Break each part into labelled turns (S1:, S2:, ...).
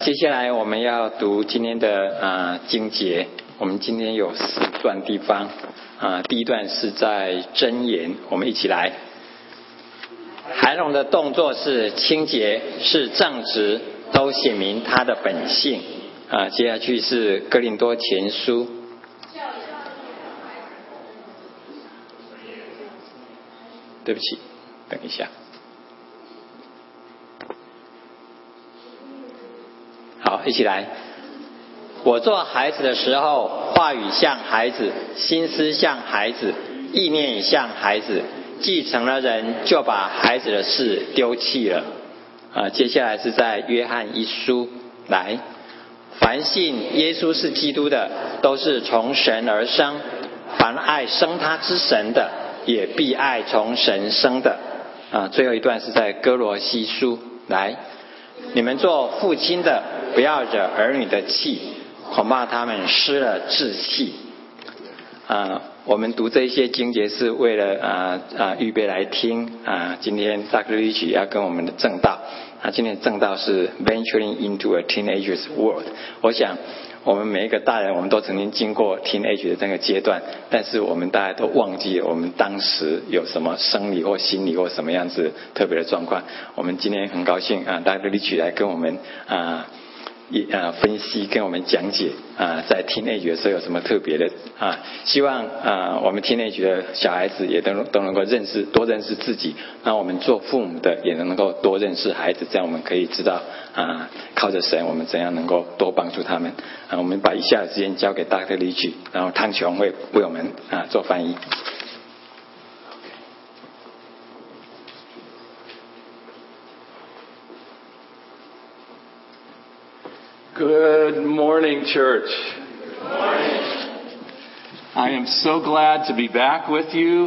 S1: 接下来我们要读今天的呃经节，我们今天有四段地方，啊、第一段是在真言，我们一起来。韩龙的动作是清洁，是正直，都写明他的本性。啊、接下去是哥林多前书。对不起，等一下。好，一起来。我做孩子的时候，话语像孩子，心思像孩子，意念也像孩子。继承了人，就把孩子的事丢弃了。啊，接下来是在约翰一书来。凡信耶稣是基督的，都是从神而生；凡爱生他之神的，也必爱从神生的。啊，最后一段是在哥罗西书来。你们做父亲的，不要惹儿女的气，恐怕他们失了志气。啊、我们读这些经节是为了啊啊预备来听啊、今天 Dr. r i c h 要跟我们的正道，啊，今天的正道是 Venturing into a Teenager's World。我想我们每一个大人，我们都曾经经过 teenage 的这个阶段，但是我们大家都忘记我们当时有什么生理或心理或什么样子特别的状况。我们今天很高兴啊，Dr. r i c h 来跟我们啊。一呃分析跟我们讲解啊、在 teenage 的时候有什么特别的啊？希望啊、我们 teenage 的小孩子也都能都能够认识多认识自己，那我们做父母的也能够多认识孩子，这样我们可以知道啊、靠着神我们怎样能够多帮助他们啊。我们把以下的时间交给 Dr. 李举，然后汤琼会为我们啊做翻译。
S2: Good morning, church. I am so glad to be back with you.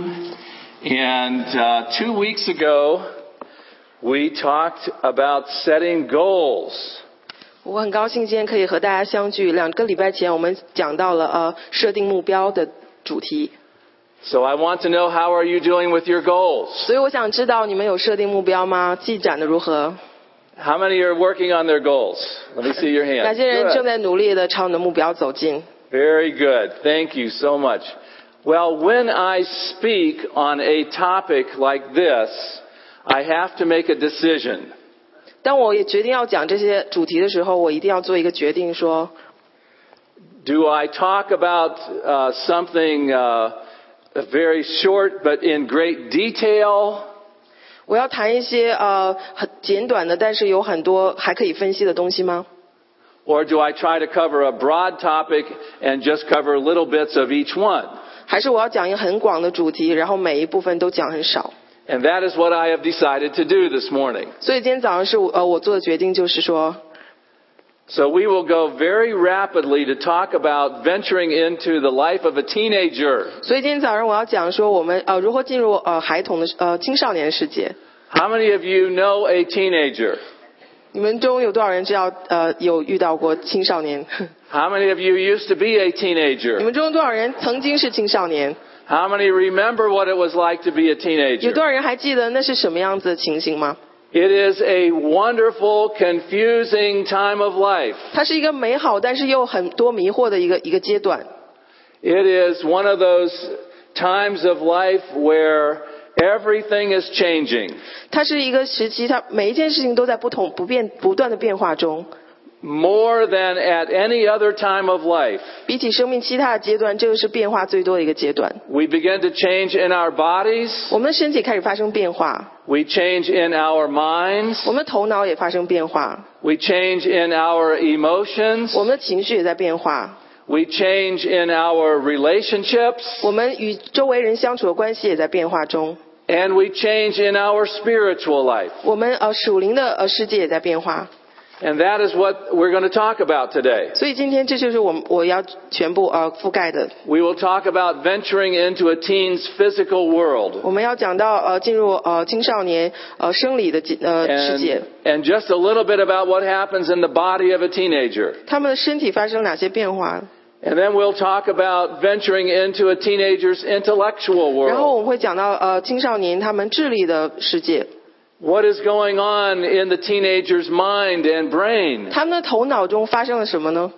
S2: And uh, two weeks ago, we talked about setting goals.
S3: 我很高兴今天可以和大家相聚。两个礼拜前，我们讲到了呃设定目标的主题，
S2: So I want to know how are you doing with your goals?
S3: 所以我想知道你们有设定目标吗？进展的如何？
S2: How many are working on their goals? Let me see your
S3: 哪
S2: hands.
S3: 些人正
S2: Good.
S3: 在努力的朝你的目标走近？
S2: Very good. Thank you so much. Well, when I speak on a topic like this, I have to make a decision.
S3: 当我也决定要讲这些主题的时候，我一定要做一个决定说，
S2: Do I talk about uh, something uh, very short but in great detail?
S3: 我要谈一些呃很简短的，但是有很多还可以分析的东西吗？
S2: Or do I try to cover a broad topic and just cover little bits of each one?
S3: 还是我要讲一个很广的主题，然后每一部分都讲很少？
S2: And that is what I have decided to do this morning.
S3: 所以今天早上是我呃我做的决定就是说，
S2: So we will go very rapidly to talk about venturing into the life of a teenager.
S3: 所以今天早上我要讲说，我们呃如何进入呃孩童的呃青少年的世界。
S2: How many of you know a teenager?
S3: 你们中有多少人知道呃有遇到过青少年？
S2: How many of you used to be a
S3: 你
S2: teenager?
S3: 们中有多少人曾经是青少年？
S2: How many remember what it was like to be a
S3: 有
S2: teenager?
S3: 多少人还记得那是什么样子的情形吗？
S2: It is a wonderful, confusing time of life.
S3: 它是一个美好，但是又很多迷惑的一个一个阶段。
S2: It is one of those times of life where everything is changing.
S3: 它是一个时期，它每一件事情都在不同不变不断的变化中。
S2: More than at any other time of life.
S3: 比起生命其他的阶段，这个是变化最多的一个阶段。
S2: We begin to change in our bodies.
S3: 我们的身体开始发生变化，
S2: We change in our minds.
S3: 我们的头脑也发生变化，
S2: We change in our emotions.
S3: 我们的情绪也在变化。
S2: We change in our relationships.
S3: 我们与周围人相处的关系也在变化中，
S2: And we change in our spiritual life.
S3: 我们呃属灵的呃世界也在变化，
S2: And that is what we're going to talk about today.
S3: 所以今天这就是我们我要全部呃覆盖的。
S2: We will talk about venturing into a teen's physical world.
S3: 我们要讲到呃进入呃青少年呃生理的进呃世
S2: And,
S3: 界，
S2: and just a little bit about what happens in the body of a teenager.
S3: 他们的身体发生哪些变化，
S2: And then we'll talk about venturing into a teenager's intellectual
S3: 然后
S2: world.
S3: 我们会讲到呃青少年他们智力的世界，
S2: what is going on in the teenager's mind and brain.
S3: 他们的头脑中发生了什么呢？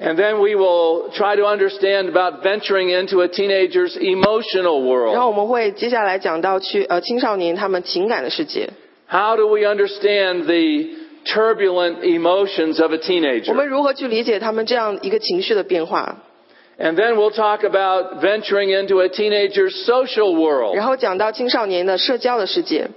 S2: And then we will try to understand about venturing into a teenager's emotional
S3: 然后
S2: world.
S3: 我们会接下来讲到去呃青少年他们情感的世界。
S2: How do we understand the turbulent emotions of a
S3: 我
S2: teenager?
S3: 们如何去理解他们这样一个情绪的变化？
S2: And then we'll talk about venturing into a teenager's social
S3: 然
S2: world.
S3: 后讲到青少年的社交的世界，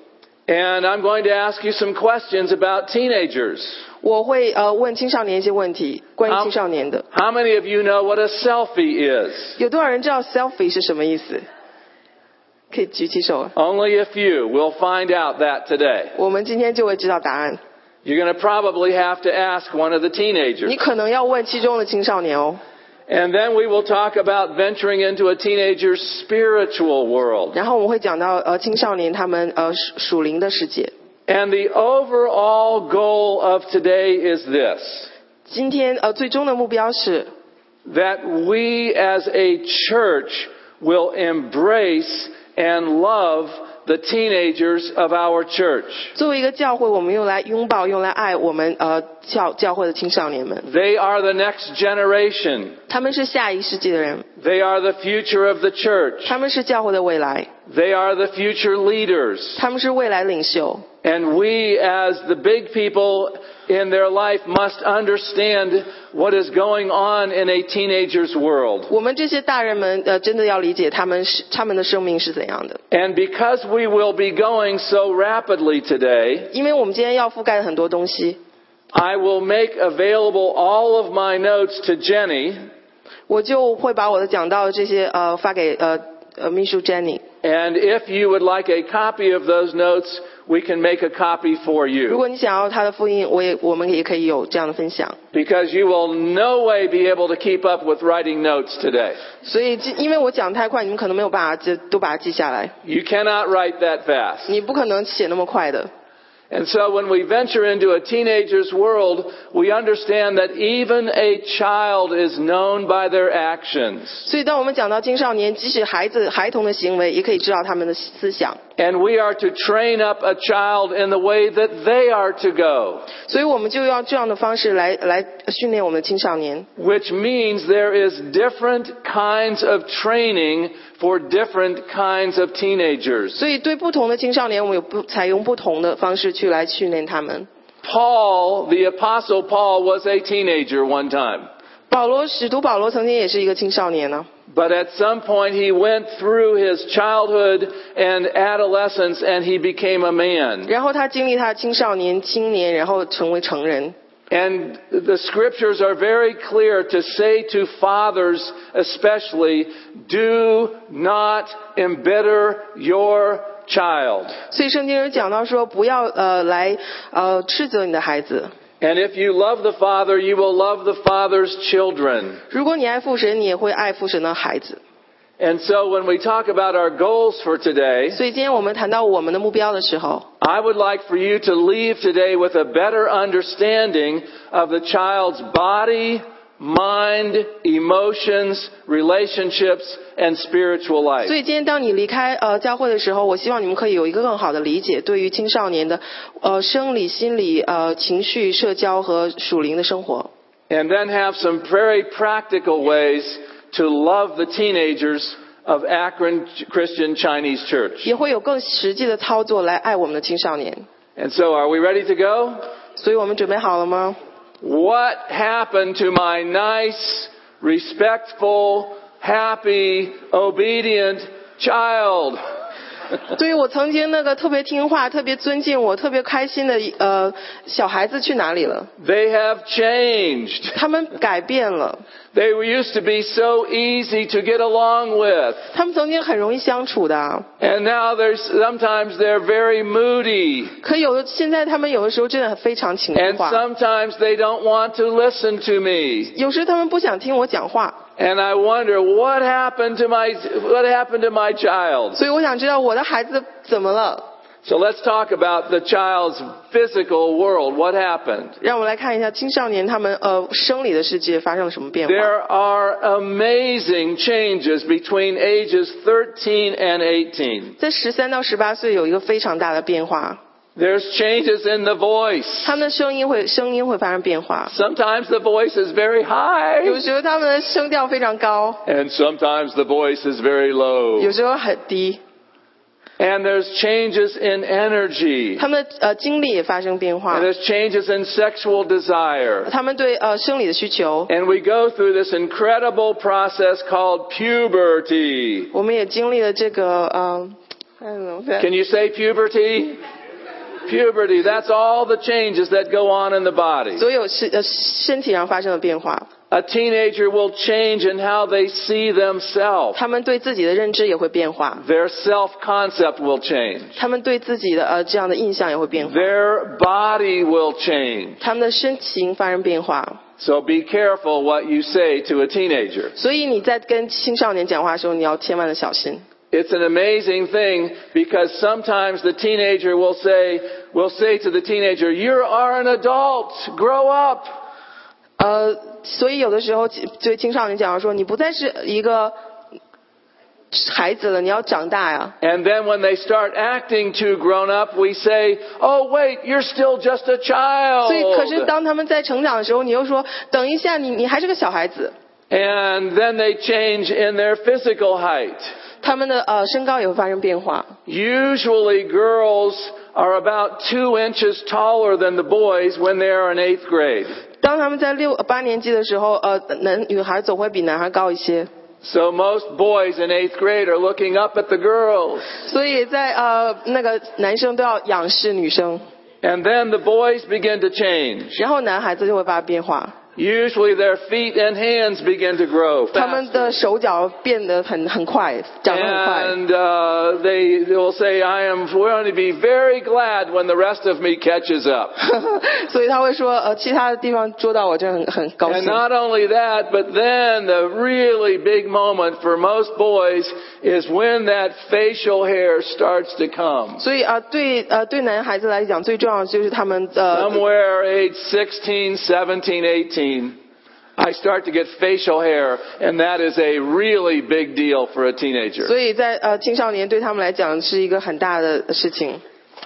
S2: And I'm going to ask you some questions about teenagers.
S3: 我会呃问青少年一些问题，关于
S2: 好
S3: 青少年的。
S2: How many of you know what a selfie is?
S3: 有多少人知道 selfie 是什么意思？可以举起手啊。
S2: Only a few. We'll find out that today.
S3: 我们今天就会知道答案。
S2: You're going to probably have to ask one of the
S3: 你
S2: teenagers.
S3: 可能要问其中的青少年哦。
S2: And then we will talk about venturing into a teenager's spiritual world
S3: 然后我们会讲到呃青少年他们呃属属灵的世界。
S2: And the overall goal of today is this
S3: 今天呃最终的目标是，
S2: that we as a church will embrace and love the teenagers of our church.
S3: 作为一个教会，我们用来拥抱、用来爱我们呃教教会的青少年们，
S2: They are the next generation.
S3: 他们是下一世纪的人，
S2: They are the future of the church.
S3: 他们是教会的未来，
S2: They are the future leaders.
S3: 他们是未来领袖。
S2: And we, as the big people in their life, must understand what is going on in a teenager's world.
S3: 我们这些大人们呃真的要理解他们是他们的生命是怎样的，
S2: And because we will be going so rapidly today,
S3: 因为我们今天要覆盖很多东西。
S2: I will make available all of my notes to Jenny,
S3: 我就会把我的讲到的这些呃发给呃呃秘书 Jenny。
S2: and if you would like a copy of those notes, we can make a copy for
S3: 如
S2: you.
S3: 果你想要他的复印，我也我们也可以有这样的分享。
S2: Because you will no way be able to keep up with writing notes today.
S3: 所以这因为我讲太快，你们可能没有办法记都把它记下来，
S2: You cannot write that fast.
S3: 你不可能写那么快的。
S2: And so when we venture into a teenager's world, we understand that even a child is known by their actions.
S3: 所以当我们讲到青少年，即使孩子孩童的行为，也可以知道他们的思想。
S2: And we are to train up a child in the way that they are to go,
S3: 所以我们就要这样的方式来来训练我们的青少年。
S2: which means there is different kinds of training for different kinds of teenagers.
S3: 所以对不同的青少年，我们有不采用不同的方式去来训练他们。
S2: Paul, the apostle Paul was a teenager one time.
S3: 保罗使徒保罗曾经也是一个青少年啊呢、
S2: But at some point he went through his childhood and adolescence and he became a man.
S3: 然后他经历他的青少年、青年，然后成为成人。
S2: And the scriptures are very clear to say to fathers especially, do not embitter your child.
S3: 所以圣经有讲到说，不要呃来呃斥责你的孩子。
S2: And if you love the father, you will love the father's children.
S3: 如果你爱父神，你也会爱父神的孩子。
S2: And so when we talk about our goals for today,
S3: 所以今天我们谈到我们的目标的时候，
S2: I would like for you to leave today with a better understanding of the child's body, mind, emotions, relationships, and spiritual life.
S3: 所以今天当你离开呃教会的时候，我希望你们可以有一个更好的理解，对于青少年的呃生理、心理、呃情绪、社交和属灵的生活。
S2: And then have some very practical ways to love the teenagers of Akron Christian Chinese Church.
S3: 也会有更实际的操作来爱我们的青少年。
S2: And so are we ready to go?
S3: 所以我们准备好了吗？
S2: What happened to my nice, respectful, happy, obedient child?
S3: 对于我曾经那个特别听话、特别尊敬我、特别开心的呃小孩子去哪里了？
S2: They have changed.
S3: 他们改变了，
S2: They were used to be so easy to get along with.
S3: 他们曾经很容易相处的啊，
S2: And now they're, sometimes they're very moody.
S3: 可有的现在他们有的时候真的非常情绪
S2: And
S3: 化，
S2: sometimes they don't want to listen to me.
S3: 有时他们不想听我讲话，
S2: And I wonder what happened to my, what happened to my child?
S3: 所以我想知道我的孩子怎么了。
S2: So let's talk about the child's physical world. What happened?
S3: 让我们来看一下青少年他们呃生理的世界发生了什么变化。
S2: There are amazing changes between ages 13 and 18.
S3: 在十三到十八岁有一个非常大的变化，
S2: There's changes in the voice.
S3: 他们的声音会声音会发生变化，
S2: Sometimes the voice is very
S3: 有
S2: high,
S3: 时候他们的声调非常高，
S2: and sometimes the voice is very
S3: 有
S2: low.
S3: 时候很低，
S2: And there's changes in energy.
S3: 他们的呃精力也发生变化
S2: And，there's changes in sexual desire.
S3: 他们对呃生理的需求，
S2: And we go through this incredible process called puberty.
S3: 我们也经历了这个呃，I don't know
S2: Can you say puberty? Puberty, that's all the changes that go on in the body.
S3: 所有身呃身体上发生的变化，
S2: A teenager will change in how they see themselves.
S3: 他们对自己的认知也会变化，
S2: Their self concept will change.
S3: 他们对自己的呃这样的印象也会变化，
S2: Their body will change.
S3: 他们的身形发生变化。
S2: So be careful what you say to a teenager.
S3: 所以你在跟青少年讲话的时候，你要千万的小心。
S2: It's an amazing thing because sometimes the teenager will say, will say to the teenager, you are an adult, grow up.
S3: 呃，所以有的时候对青少年讲说，你不再是一个孩子了，你要长大呀。
S2: And then when they start acting too grown up, we say, oh wait, you're still just a 哦
S3: 所以，可是
S2: child.
S3: 当他们在成长的时候，你又说，等一下，你你还是个小孩子。
S2: And then they change in their physical height.
S3: 他们的呃身高也会发生变化。
S2: Usually girls are about two inches taller than the boys when they are in eighth grade.
S3: 当他们在六八年级的时候，呃，男女孩总会比男孩高一些。
S2: So most boys in eighth grade are looking up at the girls.
S3: 所以在呃那个男生都要仰视女生，
S2: And then the boys begin to change.
S3: 然后男孩子就会发生变化，
S2: Usually their feet and hands begin to grow
S3: 他们
S2: faster.
S3: 的手脚变得很很快，长得很快。
S2: And uh, they, they will say, I am going to be very glad when the rest of me catches up.
S3: 所以他会说，呃，其他的地方捉到我真的很很高
S2: And
S3: 兴。
S2: not only that, but then the really big moment for most boys is when that facial hair starts to come.
S3: 所以啊、呃对呃，对男孩子来讲，最重要的就是他们呃，
S2: Somewhere age 16, 17, 18, I start to get facial hair, and that is a really big deal for a teenager.
S3: 所以在呃青少年对他们来讲是一个很大的事情。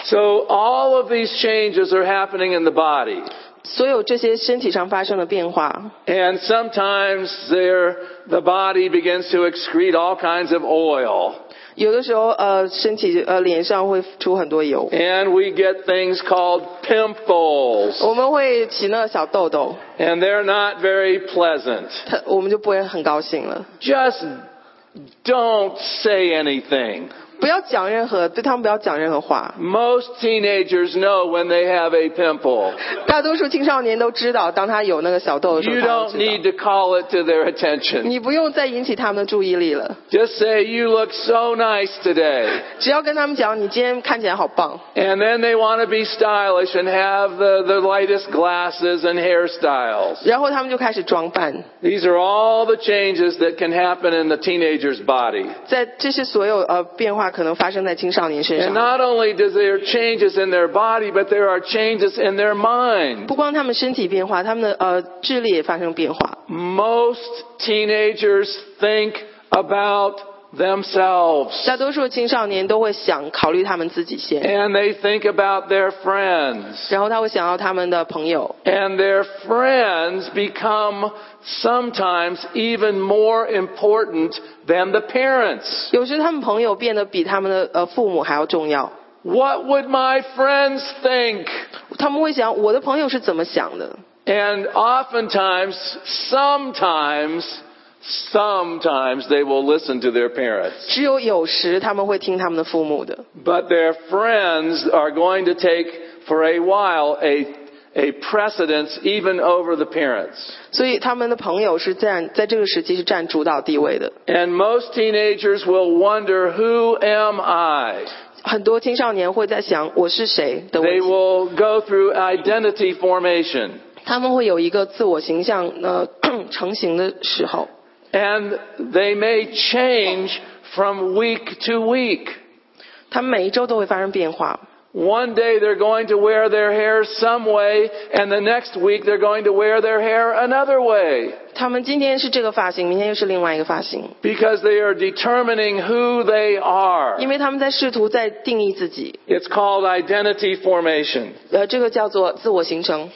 S2: So all of these changes are happening in the body.
S3: 所有这些身体上发生的变化，
S2: And sometimes there, the body begins to excrete all kinds of oil.
S3: 有的时候呃，身体呃脸上会出很多油，
S2: And we get things called pimples.
S3: 我们会起那个小痘痘，
S2: And they're not very pleasant.
S3: 他我们就不会很高兴了。
S2: Just don't say anything.
S3: 不要讲任何，对他们不要讲任何话。
S2: Most teenagers know when they have a pimple.
S3: 大多数青少年都知道，当他有那个小痘的时
S2: You
S3: 候，他们
S2: don't
S3: 知道
S2: need to call it to their attention.
S3: 你不用再引起他们的注意力了。
S2: Just say, you look so nice today.
S3: 只要跟他们讲，你今天看起来好棒，
S2: And then they want to be stylish and have the, the lightest glasses and hairstyles.
S3: 然后他们就开始装扮。
S2: These are all the changes that can happen in the teenager's body.
S3: 在这些所有呃变化可能发生在青少年身
S2: And
S3: 上，
S2: not only does there are changes in their body, but there are changes in their mind.
S3: 不光他们身体变化，他们的呃智力也发生变化。
S2: Most teenagers think about themselves.
S3: 大多数青少年都会想考虑他们自己先，
S2: And they think about their friends.
S3: 然后他会想到他们的朋友，
S2: And their friends become sometimes even more important than the parents.
S3: 有时他们朋友变得比他们的呃父母还要重要。
S2: What would my friends think?
S3: 他们会想我的朋友是怎么想的，
S2: And oftentimes, sometimes, sometimes they will listen to their parents.
S3: 只有有时他们会听他们的父母的，
S2: But their friends are going to take, for a while, a, a precedence even over the parents.
S3: 所以他们的朋友是占在这个时期是占主导地位的。
S2: And most teenagers will wonder, who am I?
S3: 很多青少年会在想我是谁的问
S2: They
S3: 题，
S2: will go through identity formation.
S3: 他们会有一个自我形象呃 成型的时候，
S2: And they may change from week to week.
S3: 他们每一周都会发生变化。
S2: One day they're going to wear their hair some way, and the next week they're going to wear their hair another way.
S3: 他们今天是这个发型，明天又是另外一个发型，
S2: Because they are determining who they are.
S3: 因为他们在试图在定义自己，
S2: It's called identity formation.
S3: 呃，这个叫做自我形成。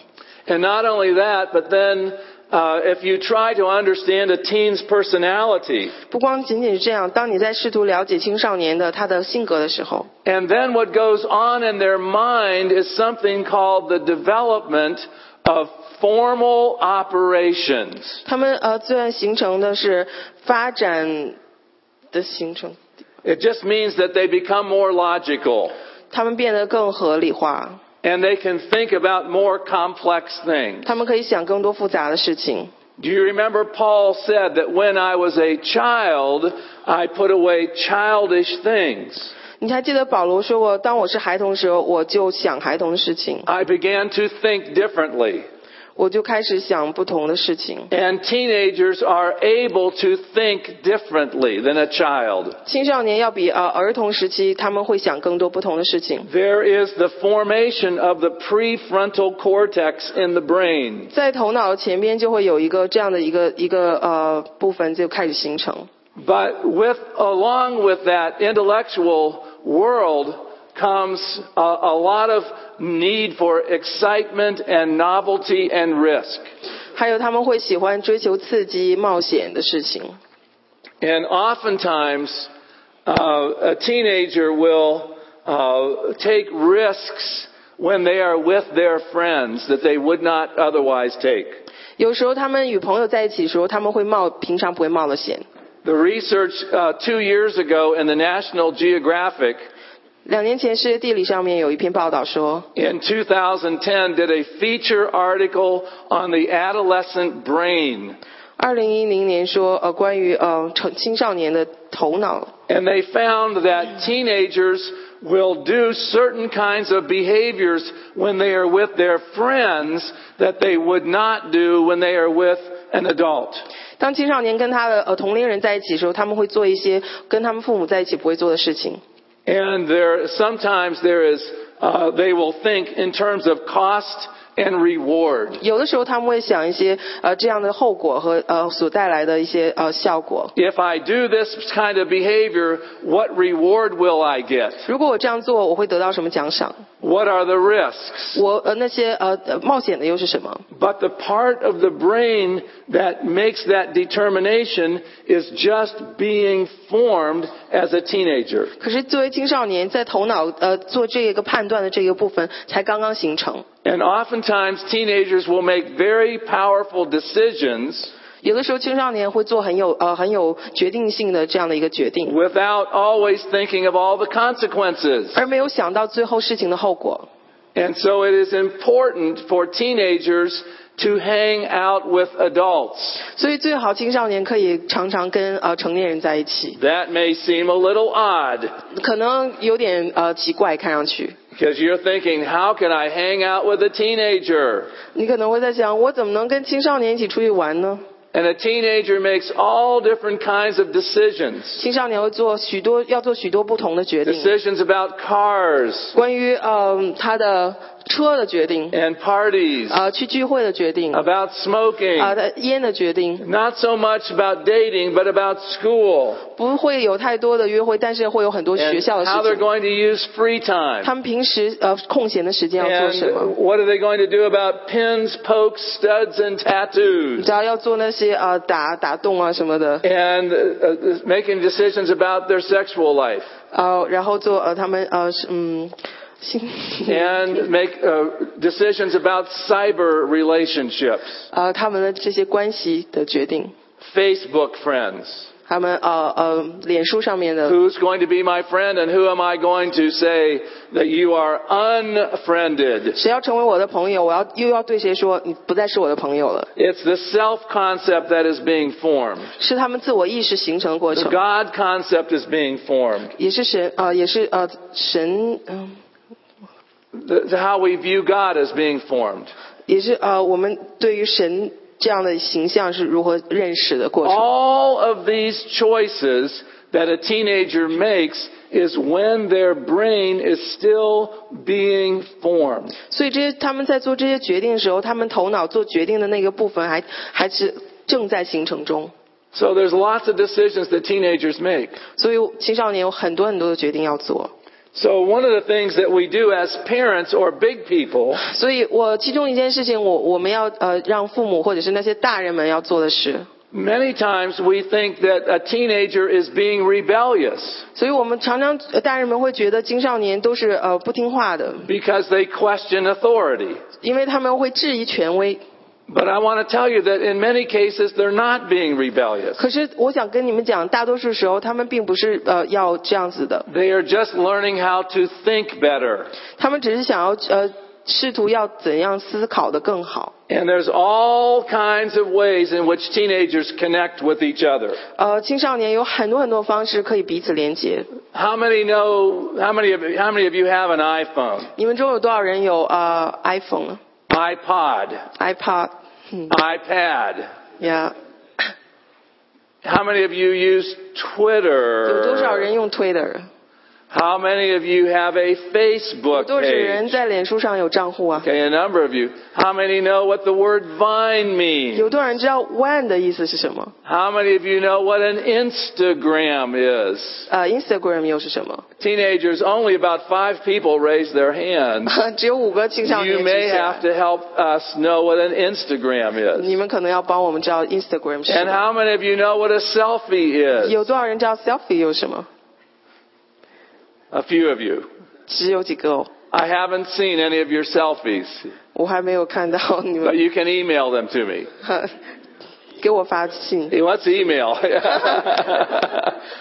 S2: And not only that, but then uh, if you try to understand a teen's personality,
S3: 不光仅仅是这样，当你在试图了解青少年的他的性格的时候，
S2: and then what goes on in their mind is something called the development of formal operations.
S3: 他们呃自愿形成的是发展的形成，
S2: It just means that they become more logical
S3: 他们变得更合理化，
S2: and they can think about more complex things.
S3: 他们可以想更多复杂的事情。
S2: Do you remember Paul said that when I was a child, I put away childish things?
S3: 你还记得保罗说过，当我是孩童的时候，我就想孩童的事情，
S2: I began to think differently.
S3: 我就开始想不同的事情。
S2: And teenagers are able to think differently than a child.
S3: 青少年要比呃儿童时期，他们会想更多不同的事情。
S2: There is the formation of the prefrontal cortex in the brain.
S3: 在头脑前边就会有一个这样的一个一个呃部分就开始形成，
S2: But with, along with that intellectual world comes a, a lot of need for excitement and novelty and risk.
S3: 还有他们会喜欢追求刺激、冒险的事情。
S2: And oftentimes, uh, a teenager will uh, take risks when they are with their friends that they would not otherwise take.
S3: 有时候他们与朋友在一起的时候，他们会冒平常不会冒的险。
S2: The research uh, two years ago in the National Geographic
S3: 两年前世界地理上面有一篇报道说，
S2: in 2010 did a feature article on the adolescent brain.
S3: 二零一零年说呃关于呃成青少年的头脑
S2: And they found that teenagers will do certain kinds of behaviors when they are with their friends that they would not do when they are with an adult.
S3: 当青少年跟他的呃同龄人在一起的时候，他们会做一些跟他们父母在一起不会做的事情。
S2: And there, sometimes there is, uh, they will think in terms of cost and reward.
S3: 有的时候他们会想一些呃这样的后果和呃所带来的一些呃效果。
S2: If I do this kind of behavior, what reward will I get?
S3: 如果我这样做，我会得到什么奖赏？
S2: What are the risks?
S3: 我呃那些呃呃冒险的又是什么？
S2: But the part of the brain that makes that determination is just being formed as a teenager.
S3: 可是作为青少年，在头脑呃做这个判断的这个部分才刚刚形成。
S2: And oftentimes teenagers will make very powerful decisions
S3: 有的时候青少年会做很有呃很有决定性的这样的一个决定，
S2: without always thinking of all the consequences.
S3: 而没有想到最后事情的后果。
S2: And so it is important for teenagers to hang out with adults.
S3: 所以最好青少年可以常常跟呃成年人在一起，
S2: That may seem a little odd
S3: 可能有点呃奇怪，看上去
S2: because you're thinking, how can I hang out with a teenager?
S3: 你可能会在想，我怎么能跟青少年一起出去玩呢？
S2: And a teenager makes all different kinds of decisions.
S3: 青少年会做许多要做许多不同的决定，
S2: Decisions about cars
S3: 关于呃他的车的决定，
S2: and parties,
S3: 呃去聚会的决定，啊、
S2: about smoking.
S3: 他烟的决定，
S2: Not so much about dating, but about school
S3: 不会有太多的约会，但是会有很多学
S2: and
S3: 校的
S2: how they're
S3: 事情。
S2: going to use free
S3: 他
S2: time.
S3: 们平时呃空闲的时间要做什么？
S2: And what are they going to do about pins, pokes, studs, and
S3: 你
S2: tattoos?
S3: 知道要做那些呃打打洞啊什么的，
S2: And uh, uh, making decisions about their sexual life.
S3: 呃然后做呃他们呃是嗯性
S2: And make uh, decisions about cyber relationships,
S3: 呃他们的这些关系的决定，
S2: Facebook friends.
S3: 他们呃呃脸书上面的
S2: Who's going to be my friend and who am I going to say that you are unfriended?
S3: 谁要成为我的朋友，我要又要对谁说你不再是我的朋友了？
S2: It's the self concept that is being formed.
S3: 是他们自我意识形成的过
S2: The
S3: 程，
S2: God concept is being formed.
S3: 也是神啊、呃也是呃神，嗯、
S2: The, the- how we view God is being formed.
S3: 也是呃我们对于神这样的形象是如何认识的过程。
S2: 哦 All of these choices that a teenager makes is when their brain is still being formed.
S3: 所以这些他们在做这些决定的时候，他们头脑做决定的那个部分还还是正在形成中。
S2: So there's lots of decisions that teenagers make.
S3: 所以青少年有很多很多的决定要做。
S2: So one of the things that we do as parents or big people
S3: 所以我其中一件事情我，我们要呃让父母或者是那些大人们要做的事。
S2: Many times we think that a teenager is being rebellious
S3: 所以我们常常呃大人们会觉得青少年都是呃不听话的，
S2: because they question authority.
S3: 因为他们会质疑权威。
S2: But I want to tell you that in many cases they're not being rebellious.
S3: 可是我想跟你们讲，大多数时候他们并不是呃要这样子的，
S2: They are just learning how to think better.
S3: 他们只是想要呃试图要怎样思考的更好。
S2: And there's all kinds of ways in which teenagers connect with each other.
S3: 呃，青少年有很多很多方式可以彼此连接。
S2: How many know how many of how many of you have an iPhone,
S3: 你们中有多少人有呃 iPhone、
S2: iPod,
S3: iPad？嗯
S2: iPad?
S3: ，Yeah，
S2: How many of you use
S3: 有多少
S2: Twitter?
S3: 人用 Twitter？
S2: How many of you have a
S3: 有
S2: Facebook
S3: 多少
S2: page?
S3: 人在脸书上有账户啊？
S2: Okay, a number of you. How many know what the word vine
S3: 有
S2: means?
S3: 多少人知道 when 的意思是什么？
S2: How many of you know what an Instagram is?
S3: 呃，Instagram 又是什么？
S2: Teenagers, only about five people raise their hands.
S3: 只有五个青少
S2: You
S3: 年举
S2: may
S3: 起
S2: have
S3: 来。
S2: to help us know what an Instagram is.
S3: 你们可能要帮我们知道 Instagram 是什
S2: And
S3: 么。
S2: how many of you know what a selfie is?
S3: 有多少人知道 selfie 有什么？
S2: A few of you.
S3: 只有几个哦，
S2: I haven't seen any of your selfies,
S3: 我还没有看到你
S2: but
S3: 们
S2: you can email them to me.
S3: 给我发信。
S2: He wants email.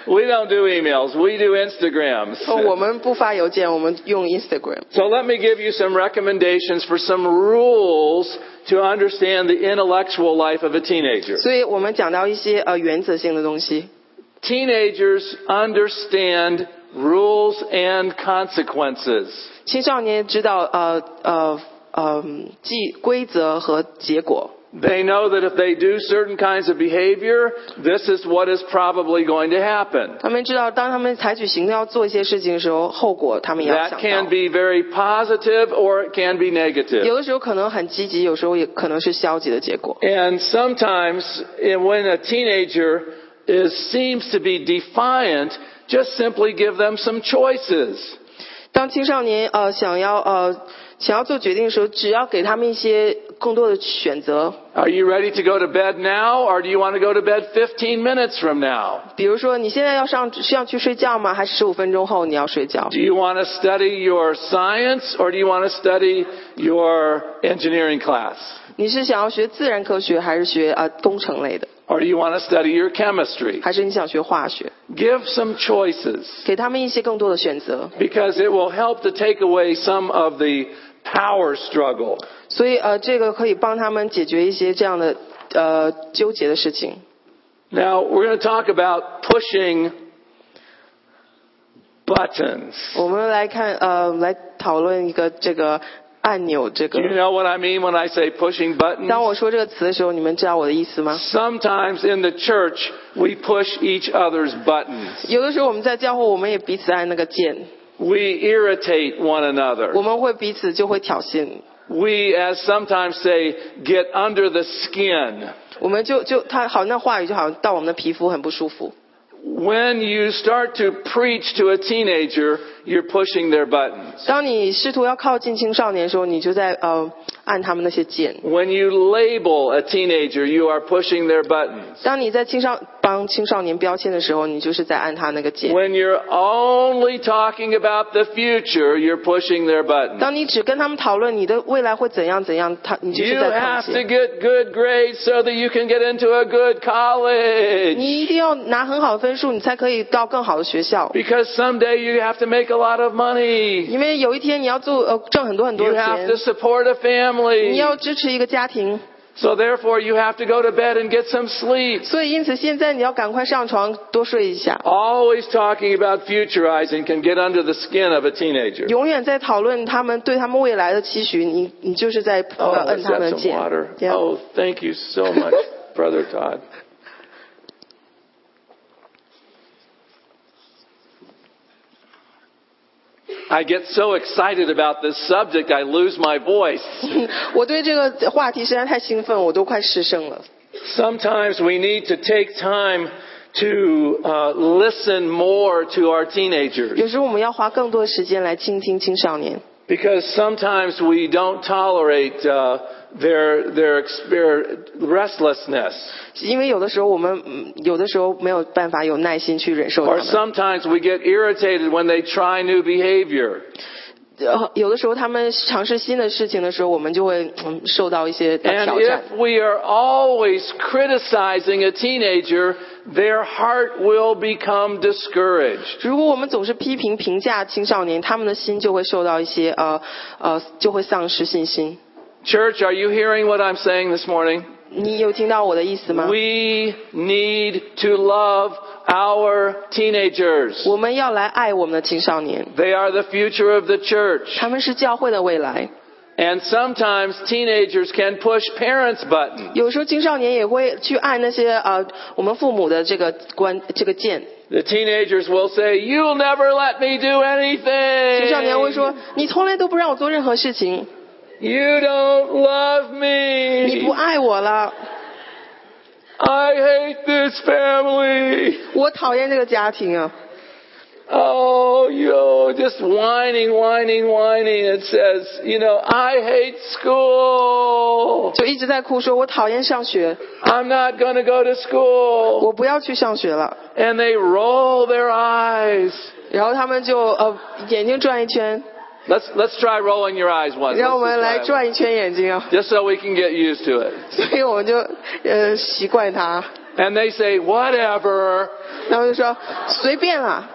S2: we don't do emails. We do Instagrams.
S3: 哦我们不发邮件，我们用 Instagram。
S2: So let me give you some recommendations for some rules to understand the intellectual life of a teenager.
S3: 所以我们讲到一些呃原则性的东西。
S2: Teenagers understand rules and consequences.
S3: 青少年知道呃呃呃既规则和结果，
S2: They know that if they do certain kinds of behavior, this is what is probably going to happen.
S3: 他们知道当他们采取行动要做一些事情的时候，后果他们也要
S2: That
S3: 想
S2: can
S3: 到。
S2: be very positive or it can be negative.
S3: 有的时候可能很积极，有时候也可能是消极的结果。
S2: And sometimes and when a teenager is, seems to be defiant, just simply give them some choices.
S3: 当青少年呃想要呃想要做决定的时候，只要给他们一些更多的选择，
S2: Are you ready to go to bed now or do you want to go to bed 15 minutes from now?
S3: 比如说你现在要上是要去睡觉吗？还是十五分钟后你要睡觉
S2: Do？you want to study your science or do you want to study your engineering class?
S3: 你是想要学自然科学，还是学呃工程类的，
S2: Or do you want to study your chemistry?
S3: 还是你想学化学？
S2: Give some choices
S3: 给他们一些更多的选择。
S2: because it will help to take away some of the power struggle.
S3: 所以呃，这个可以帮他们解决一些这样的呃纠结的事情。
S2: Now, we're going to talk about pushing buttons.
S3: 我们来看呃，来讨论一个这个按钮这
S2: Do
S3: 个。
S2: you know what I mean when I say pushing buttons?
S3: 当我说这个词的时候，你们知道我的意思吗？
S2: Sometimes in the church, we push each other's buttons.
S3: 有的时候我们在教会，我们也彼此按那个键，
S2: We irritate one another.
S3: 我们会彼此就会挑衅，
S2: We, as sometimes say, get under the skin.
S3: 我们就就他好那话语就好像到我们的皮肤很不舒服。
S2: When you start to preach to a teenager, you're pushing their buttons.
S3: 当你试图要靠近青少年的时候，你就在呃按他们那些键。
S2: When you label a teenager, you are pushing their buttons.
S3: 当你在青少帮青少年标签的时候，你就是在按他那个键。
S2: When you're only talking about the future, you're pushing their buttons.
S3: 当你只跟他们讨论你的未来会怎样怎样，他你就
S2: You
S3: 是在抗
S2: have to
S3: 击。
S2: get good grades so that you can get into a good college.
S3: 你一定要拿很好的分数，你才可以到更好的学校。
S2: Because someday you have to make a lot of money.
S3: 因为有一天你要做呃挣很多很多
S2: You
S3: 的
S2: have to
S3: 钱，
S2: support a
S3: 你
S2: family.
S3: 要支持一个家庭，
S2: So therefore you have to go to bed and get some sleep.
S3: 所以因此现在你要赶快上床多睡一下。
S2: Always talking about futurizing can get under the skin of a teenager.
S3: 永远在讨论他们对他们未来的期许，你你就是在
S2: Oh,
S3: 呃摁
S2: is
S3: 他们
S2: that
S3: 的
S2: some
S3: 键。
S2: water?
S3: Yeah.
S2: Oh, thank you so much, Brother Todd. I get so excited about this subject, I lose my voice.
S3: 我对这个话题实在太兴奋，我都快失声了。
S2: Sometimes we need to take time to uh, listen more to our teenagers
S3: 有时候我们要花更多的时间来倾听青少年，
S2: because sometimes we don't tolerate uh, their their exper- restlessness,
S3: 因为有的时候我们嗯有的时候没有办法有耐心去忍受他
S2: or
S3: 们。
S2: sometimes we get irritated when they try new behavior.
S3: 呃，有的时候他们尝试新的事情的时候，我们就会嗯受到一些呃
S2: And
S3: 挑战。
S2: if we are always criticizing a teenager, their heart will become discouraged.
S3: 如果我们总是批评评价青少年，他们的心就会受到一些呃呃，就会丧失信心。
S2: Church, are you hearing what I'm saying this morning?
S3: 你有听到我的意思吗？
S2: We need to love our teenagers.
S3: 我们要来爱我们的青少年，
S2: They are the future of the church.
S3: 他们是教会的未来。
S2: And sometimes teenagers can push parents' buttons.
S3: 有时候青少年也会去按那些呃我们父母的这个关这个键。
S2: The teenagers will say, You'll never let me do
S3: 青少年会
S2: anything.
S3: 说：“你从来都不让我做任何事情，
S2: You don't love
S3: 你
S2: me.
S3: 不爱我了，
S2: I hate this family.
S3: 我讨厌这个家庭啊。”
S2: Oh, yo, just whining, whining, whining. It says, you know, I hate school.
S3: 就一直在哭说，我讨厌上学，
S2: I'm not going to go to school.
S3: 我不要去上学了。
S2: And they roll their eyes.
S3: 然后他们就呃眼睛转一圈，
S2: Let's let's try rolling your eyes once.
S3: 让我
S2: Let's just
S3: 们来
S2: try it.
S3: 转一圈眼睛啊，
S2: Just so we can get used to it.
S3: 所以我们就呃习惯它。
S2: And they say whatever.
S3: 然后就说随便啦。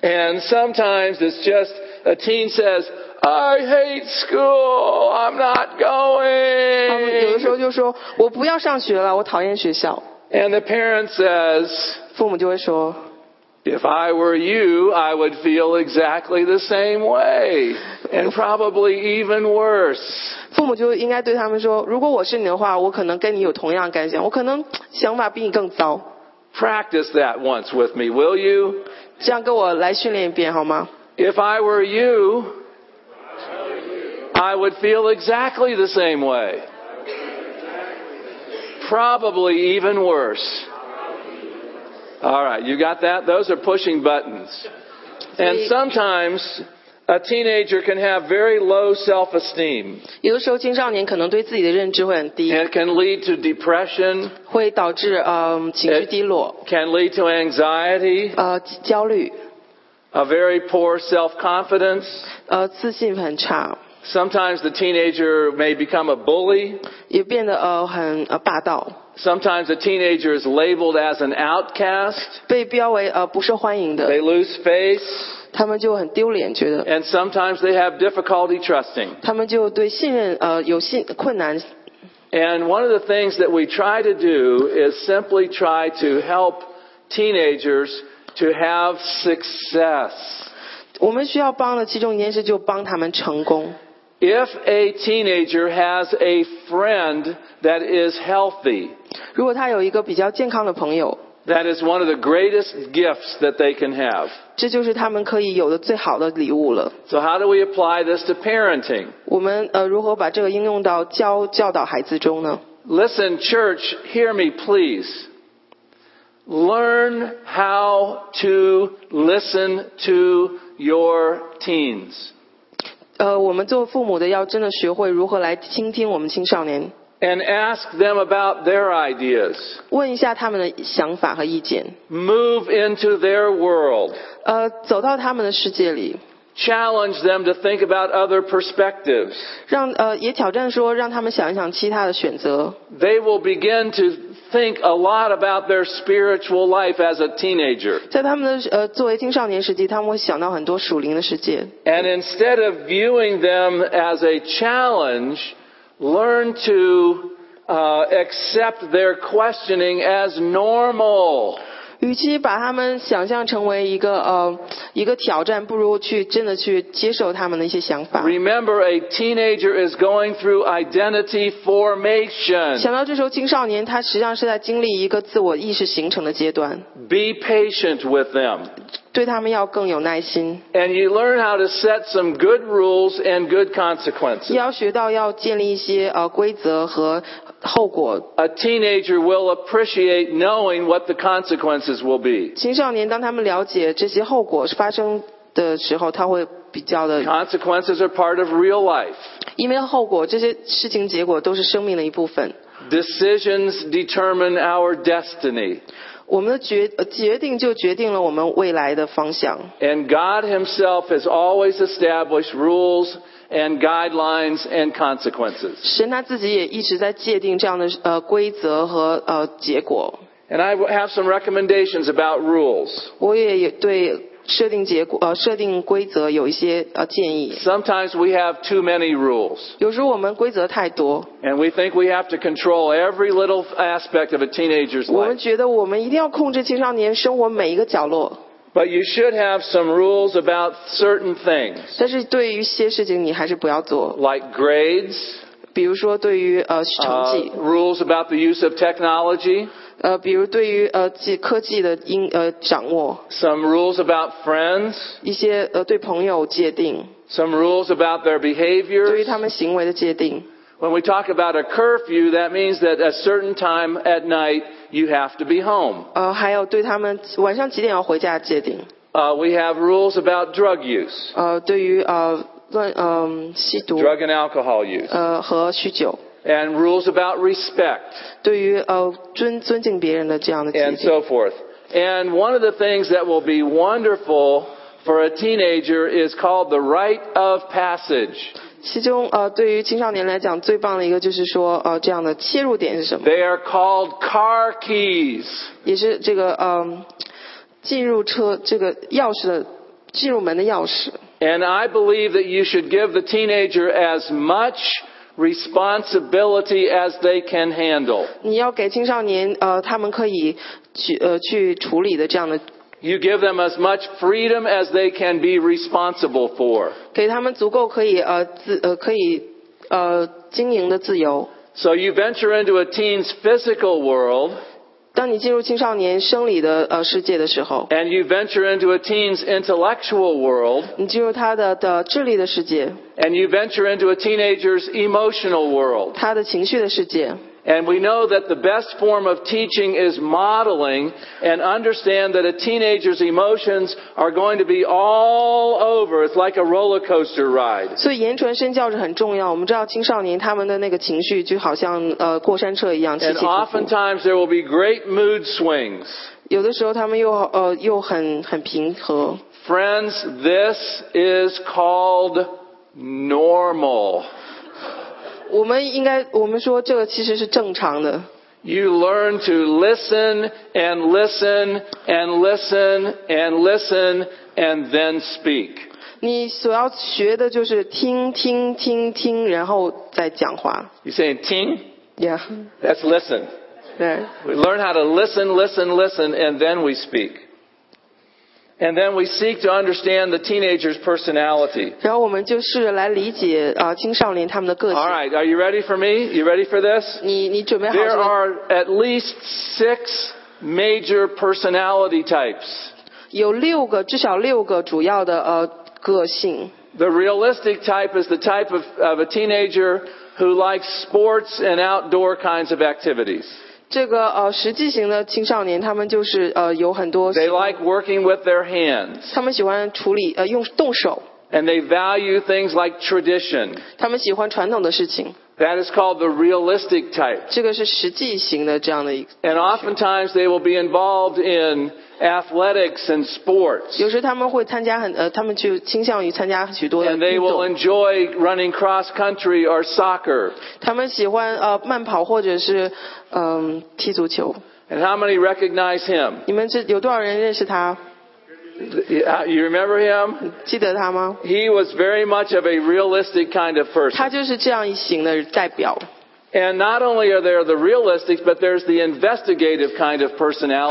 S2: And sometimes it's just a teen says, "I hate school. I'm not
S3: 他们有的时
S2: going."
S3: 候就说我不要上学了，我讨厌学校。
S2: And the parent says,
S3: 父母就会说，
S2: If I were you, I would feel exactly the same way, and probably even worse.
S3: 父母就应该对他们说，如果我是你的话，我可能跟你有同样的感想，我可能想法比你更糟。
S2: Practice that once with me, will you?
S3: 这样跟我来训练一遍好吗？
S2: If I were you, I would feel exactly the same way. Probably even worse. All right, you got that? Those are pushing buttons. And
S3: See-
S2: sometimes a teenager can have very low self esteem.
S3: 有的时候青少年可能对自己的认知会很低，
S2: And it can lead to depression,
S3: 会导致嗯、情绪低落。
S2: can lead to anxiety,
S3: 呃焦虑，
S2: a very poor self confidence.
S3: 呃自信很差，
S2: Sometimes the teenager may become a bully.
S3: 也变得呃很呃霸道，
S2: Sometimes a teenager is labeled as an outcast.
S3: 被标为呃不受欢迎的，
S2: They lose face,
S3: 他们就很丢脸，觉得
S2: and sometimes they have difficulty trusting.
S3: 他们就对信任呃有信困难。
S2: And one of the things that we try to do is simply try to help teenagers to have success.
S3: 我们需要帮的其中一件事就帮他们成功。
S2: If a teenager has a friend that is healthy,
S3: 如果他有一个比较健康的朋友，
S2: that is one of the greatest gifts that they can have.
S3: 这就是他们可以有的最好的礼物了。
S2: So how do we apply this to parenting?
S3: 我们呃如何把这个应用到教教导孩子中呢？
S2: Listen, church, hear me please. Learn how to listen to your teens.
S3: 呃，我们做父母的要真的学会如何来倾听我们青少年，
S2: And ask them about their ideas.
S3: 问一下他们的想法和意见。
S2: Move into their world.
S3: 呃，走到他们的世界里，
S2: Challenge them to think about other perspectives.
S3: 让呃也挑战说，让他们想一想其他的选择，
S2: they will begin to think a lot about their spiritual life as a teenager.
S3: 在他们的呃作为青少年时期，他们会想到很多属灵的世界，
S2: And instead of viewing them as a challenge, learn to uh, accept their questioning as normal.
S3: 与其把他们想象成为一个呃一个挑战，不如去真的去接受他们的一些想法。
S2: Remember, a teenager is going through identity formation.
S3: 想到这时候青少年他实际上是在经历一个自我意识形成的阶段，
S2: Be patient with them.
S3: 对他们要更有耐心，
S2: And you learn how to set some good rules and good consequences.
S3: 也要学到要建立一些呃规则和后果。
S2: A teenager will appreciate knowing what the consequences will be.
S3: 青少年当他们了解这些后果发生的时候，他会比较
S2: 嗯
S3: 的，
S2: Consequences are part of real life.
S3: 因为后果这些事情结果都是生命的一部分。
S2: Decisions determine our destiny.
S3: 我们的决呃决定就决定了我们未来的方向。
S2: And God Himself has always established rules and guidelines and consequences.
S3: 神他自己也一直在界定这样的呃规则和呃结果。
S2: And I have some recommendations about rules.
S3: 我也也对设定结果呃设定规则有一些呃建议。
S2: Sometimes we have too many rules.
S3: 有时候我们规则太多，
S2: And we think we have to control every little aspect of a teenager's
S3: 我们
S2: life.
S3: 觉得我们一定要控制青少年生活每一个角落，
S2: But you should have some rules about certain things,
S3: 但是对于一些事情你还是不要做，
S2: like grades,
S3: 比如说对于呃
S2: uh,
S3: 成绩，
S2: rules about the use of technology,
S3: 呃比如对于呃技科技的应呃掌握，
S2: some rules about friends,
S3: 一些呃对朋友界定，
S2: some rules about their
S3: 对于
S2: behaviors.
S3: 他们行为的界定。
S2: When we talk about a curfew, that means that a certain time at night you have to be home.
S3: 呃，还有对他们晚上几点要回家的界定，
S2: Uh, we have rules about drug use,
S3: 呃，对于呃乱嗯、吸毒
S2: drug and alcohol use,
S3: 呃和酗酒，
S2: and rules about respect.
S3: 对于呃尊尊敬别人的这样的界
S2: and
S3: 定。
S2: so forth. And one of the things that will be wonderful for a teenager is called the rite of passage.
S3: 其中呃对于青少年来讲最棒的一个就是说呃这样的切入点是什么？
S2: They are called car keys.
S3: 也是这个呃进入车这个钥匙的进入门的钥匙。
S2: And I believe that you should give the teenager as much responsibility as they can handle.
S3: 你要给青少年呃他们可以去呃去处理的这样的，
S2: You give them as much freedom as they can be responsible for.
S3: 给他们足够可以呃自呃可以呃经营的自由。
S2: So you venture into a teen's physical world
S3: 当你进入青少年生理的呃世界的时候，
S2: and you venture into a teen's intellectual world
S3: 你进入他的的智力的世界，
S2: and you venture into a teenager's emotional world.
S3: 他的情绪的世界。
S2: And we know that the best form of teaching is modeling and understand that a teenager's emotions are going to be all over. It's like a roller coaster ride.
S3: 所以言传身教是很重要。我们知道青少年他们的那个情绪就好像呃过山车一样起
S2: And
S3: 起伏伏，
S2: oftentimes there will be great mood swings.
S3: 有的时候他们又呃又很很平和。
S2: Friends, this is called normal.
S3: 我们应该我们说这个其实是正常的。
S2: You learn to listen and listen and listen and listen and then speak.
S3: 你所要学的就是听听听听，然后再讲话。
S2: You saying ting?
S3: Yeah，
S2: That's listen.
S3: 对。
S2: We learn how to listen, listen, listen, and then we speak. And then we seek to understand the teenager's personality.
S3: 然后我们就试着来理解啊、呃青少年他们的个性。
S2: All right, are you ready for me? You ready for this?
S3: 你你准备好是
S2: There
S3: 吗？
S2: are at least six major personality types.
S3: 有六个，至少六个主要的呃个性。
S2: The realistic type is the type of, of a teenager who likes sports and outdoor kinds of activities.
S3: 这个呃实际型的青少年，他们就是呃有很多，
S2: They like working with their hands
S3: 他们喜欢处理呃用动手，
S2: and they value things like tradition.
S3: 他们喜欢传统的事情，
S2: That is called the realistic type.
S3: 这个是实际型的这样的一个。
S2: And oftentimes they will be involved in athletics and sports.
S3: 有时他们会参加很呃，他们就倾向于参加许多的
S2: And they
S3: 运
S2: will
S3: 动，
S2: enjoy running cross country or soccer.
S3: 他们喜欢呃慢跑或者是嗯、踢足球。
S2: And how many recognize him?
S3: 你们这有多少人认识他？
S2: Uh, You remember him?
S3: 记得他吗？
S2: He was very much of a realistic kind of person.
S3: 他就是这样一型的代表。
S2: And not only are there the realistic, but there's the investigative kind of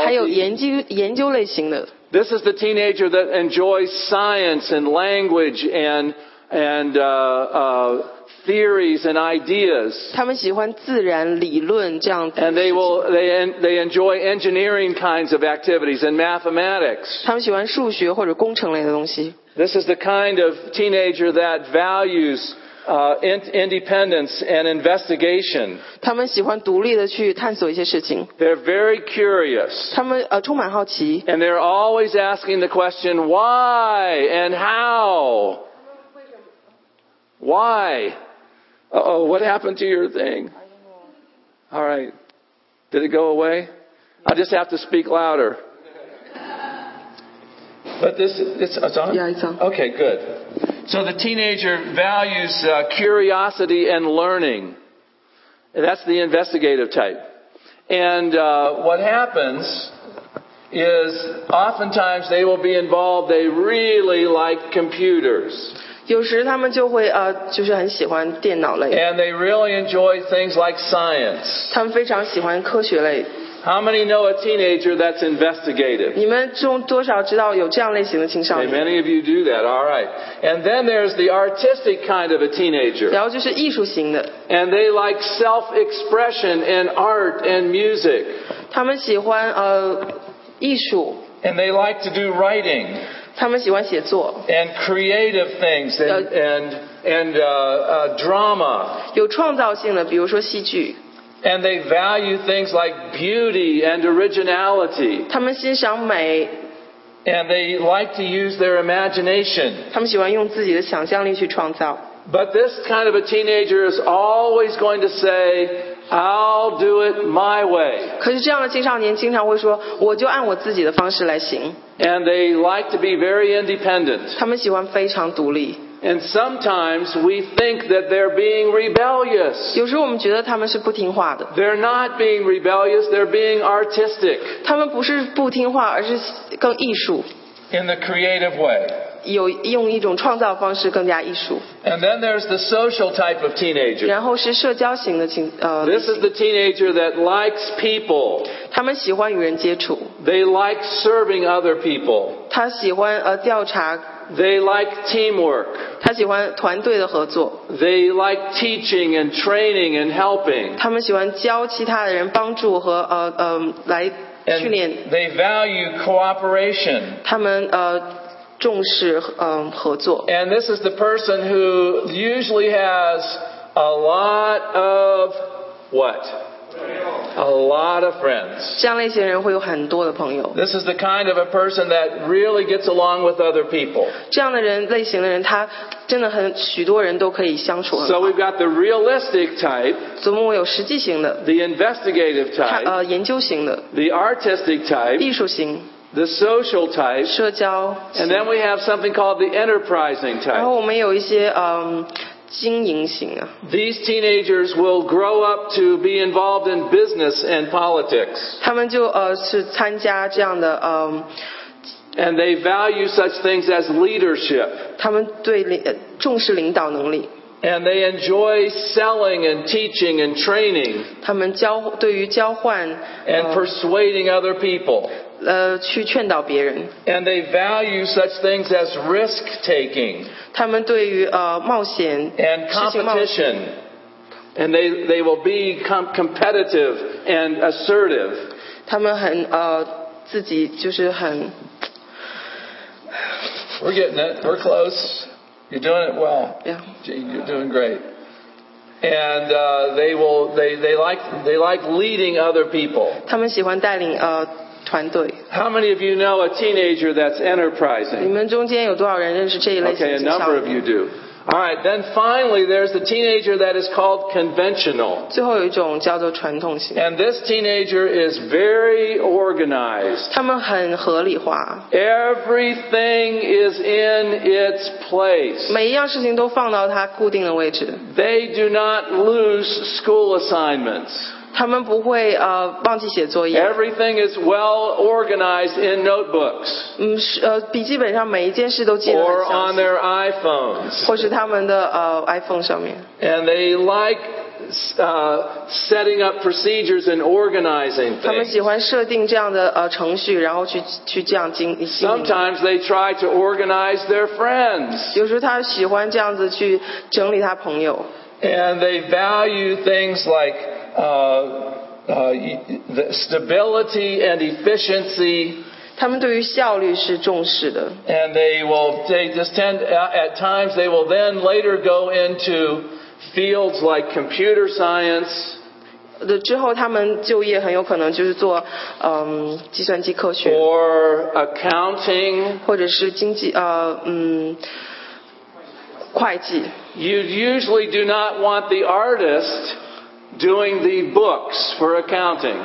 S3: 还
S2: personality.
S3: 有研究研究类型的，
S2: This is the teenager that enjoys science and language and and uh, uh, theories and ideas.
S3: 他们喜欢自然理论这样子的
S2: And
S3: 事
S2: they
S3: 情。
S2: will they en- they enjoy engineering kinds of activities and mathematics.
S3: 他们喜欢数学或者工程类的东西。
S2: This is the kind of teenager that values uh, in- independence and investigation.
S3: 他们喜欢独立的去探索一些事情，
S2: They're very curious.
S3: 他们呃充满好奇，
S2: And they're always asking the question, why and how? Why? Oh, what happened to your thing? All right. Did it go away? I just have to speak louder. But this, this it's on?
S3: Yeah, it's on.
S2: Okay, good. So the teenager values uh, curiosity and learning. And that's the investigative type. And uh, what happens is oftentimes they will be involved, they really like computers.
S3: 有时他们就会呃就是很喜欢电脑类，
S2: And they really enjoy things like science.
S3: 他们非常喜欢科学类。
S2: How many know a teenager that's investigative?
S3: 你们中多少知道有这样类型的青少
S2: Okay,
S3: 年？
S2: many of you do that, all right. And then there's the artistic kind of a teenager.
S3: 然后就是艺术型的，
S2: And they like self expression and art and music.
S3: 他们喜欢呃艺术，
S2: And they like to do writing.
S3: 他们喜欢写作，
S2: and creative things and and, and uh, uh, drama,
S3: 有创造性的，比如说戏剧，
S2: and they value things like beauty and originality,
S3: 他们欣赏美，
S2: and they like to use their imagination.
S3: 他们喜欢用自己的想象力去创造。
S2: But this kind of a teenager is always going to say, "I'll do it my way,"
S3: 可是这样的青少年经常会说，我就按我自己的方式来行。
S2: and they like to be very independent.
S3: 他们喜欢非常独立，
S2: And sometimes we think that they're being rebellious.
S3: 有时我们觉得他们是不听话的，
S2: They're not being rebellious. They're being artistic
S3: 他们不是不听话，而是更艺术，
S2: in the creative way.
S3: 有用一种创造方式更加艺术。
S2: And then there's the social type of teenager.
S3: 然后是社交型的青呃，
S2: This is the teenager that likes people.
S3: 他们喜欢与人接触，
S2: They like serving other people.
S3: 他喜欢呃调查，
S2: They like teamwork.
S3: 他喜欢团队的合作，
S2: They like teaching and training and helping.
S3: 他们喜欢教其他的人帮助和呃呃来训练，
S2: And they value cooperation.
S3: 他们呃重视嗯、呃、合作。
S2: And this is the person who usually has a lot of what? A lot of friends.
S3: 这样类型人会有很多的朋友，
S2: This is the kind of a person that really gets along with other people.
S3: 这样的人类型的人，他真的很许多人都可以相处很好。
S2: So we've got the realistic type,
S3: 总共有实际型的，
S2: the investigative
S3: 他
S2: type,
S3: 呃研究型的、
S2: the artistic type,
S3: 艺术型、
S2: the social type,
S3: 社交
S2: and then we have something called the enterprising
S3: 然后
S2: type.
S3: 我们有一些嗯、经营型啊，
S2: These teenagers will grow up to be involved in business and politics,
S3: 他们就呃是参加这样的嗯、
S2: and they value such things as leadership,
S3: 他们对领呃重视领导能力，
S2: and they enjoy selling and teaching and training
S3: 他们交对于交换
S2: and persuading other people,
S3: 呃去劝导别人，
S2: and they value such things as risk taking.
S3: 他们对于呃冒险
S2: and
S3: 事情冒险
S2: competition. And they, they will be com- competitive and assertive.
S3: 他们很呃自己就是很
S2: We're getting it. We're close. You're doing it well.
S3: 哎呀。
S2: Gene, You're doing great. And uh, they will they, they like they like leading other people.
S3: 他们喜欢带领呃团队。
S2: How many of you know a teenager that's
S3: 你
S2: enterprising?
S3: 们中间有多少人认识这一类型
S2: Okay,
S3: 的
S2: a
S3: 青少
S2: number
S3: 年
S2: of you do. All right, then finally there's the teenager that is called conventional.
S3: 最后有一种叫做传统型，
S2: And this teenager is very organized.
S3: 他们很合理化，
S2: Everything is in its place.
S3: 每一样事情都放到它固定的位置，
S2: They do not lose school assignments.
S3: 他们不会呃忘记写作业，
S2: Everything is well organized in notebooks
S3: 嗯是呃笔记本上每一件事都记得
S2: or
S3: 很详
S2: on
S3: 细，
S2: their iPhones.
S3: 或是他们的呃 iPhone 上面，
S2: And they like uh, setting up procedures and organizing
S3: 他们
S2: things.
S3: 喜欢设定这样的呃程序，然后去去这样经经营。
S2: Sometimes they try to organize their friends.
S3: 有时候他喜欢这样子去整理他朋友，
S2: And they value things like uh, uh, y- the stability and efficiency.
S3: 他们对于效率是重视的。
S2: And they will, they just tend, uh, at times, they will then later go into fields like computer science
S3: 的呃之后，他们就业很有可能就是做嗯计算机科学，
S2: or accounting.
S3: 或者是经济呃嗯会计。
S2: You usually do not want the artist doing the books for accounting.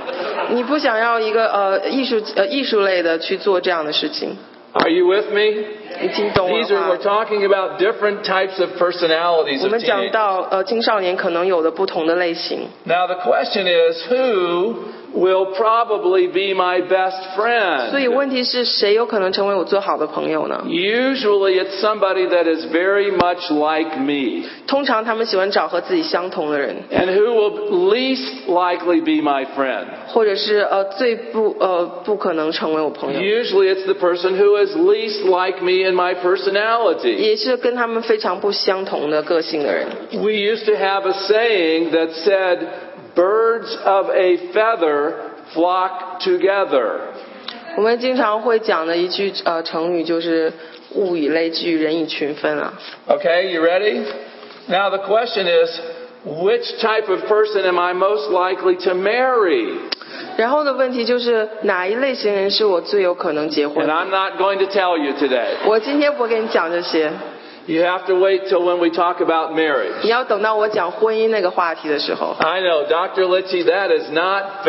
S3: 你不想要一个呃艺术呃艺术类的去做这样的事情，
S2: Are you with me?
S3: 你听懂了
S2: These are,
S3: 吗
S2: we're？talking about different types of personalities
S3: 我
S2: of
S3: 们讲
S2: teenagers.
S3: 到呃青少年可能有的不同的类型，
S2: Now the question is, who will probably be my best
S3: 所以
S2: friend?
S3: 问题是谁有可能成为我最好的朋友呢？
S2: Usually it's somebody that is very much like me.
S3: 通常他们喜欢找和自己相同的人，
S2: And who will least likely be my friend?
S3: 或者是呃最不呃不可能成为我朋友，
S2: Usually it's the person who is least like me in my personality.
S3: 也是跟他们非常不相同的个性的人。
S2: We used to have a saying that said, birds of a feather flock together.
S3: 我们经常会讲的一句呃成语就是物以类聚，人以群分啊。
S2: Okay, you ready? Now the question is, which type of person am I most likely to marry?
S3: 然后的问题就是哪一类型人是我最有可能结婚
S2: And
S3: 的？
S2: I'm not going to tell you today.
S3: 我今天不会跟你讲这些，
S2: You have to wait till when we talk about marriage.
S3: 你要等到我讲婚姻那个话题的时候。
S2: I know, Dr. Litchie, that is not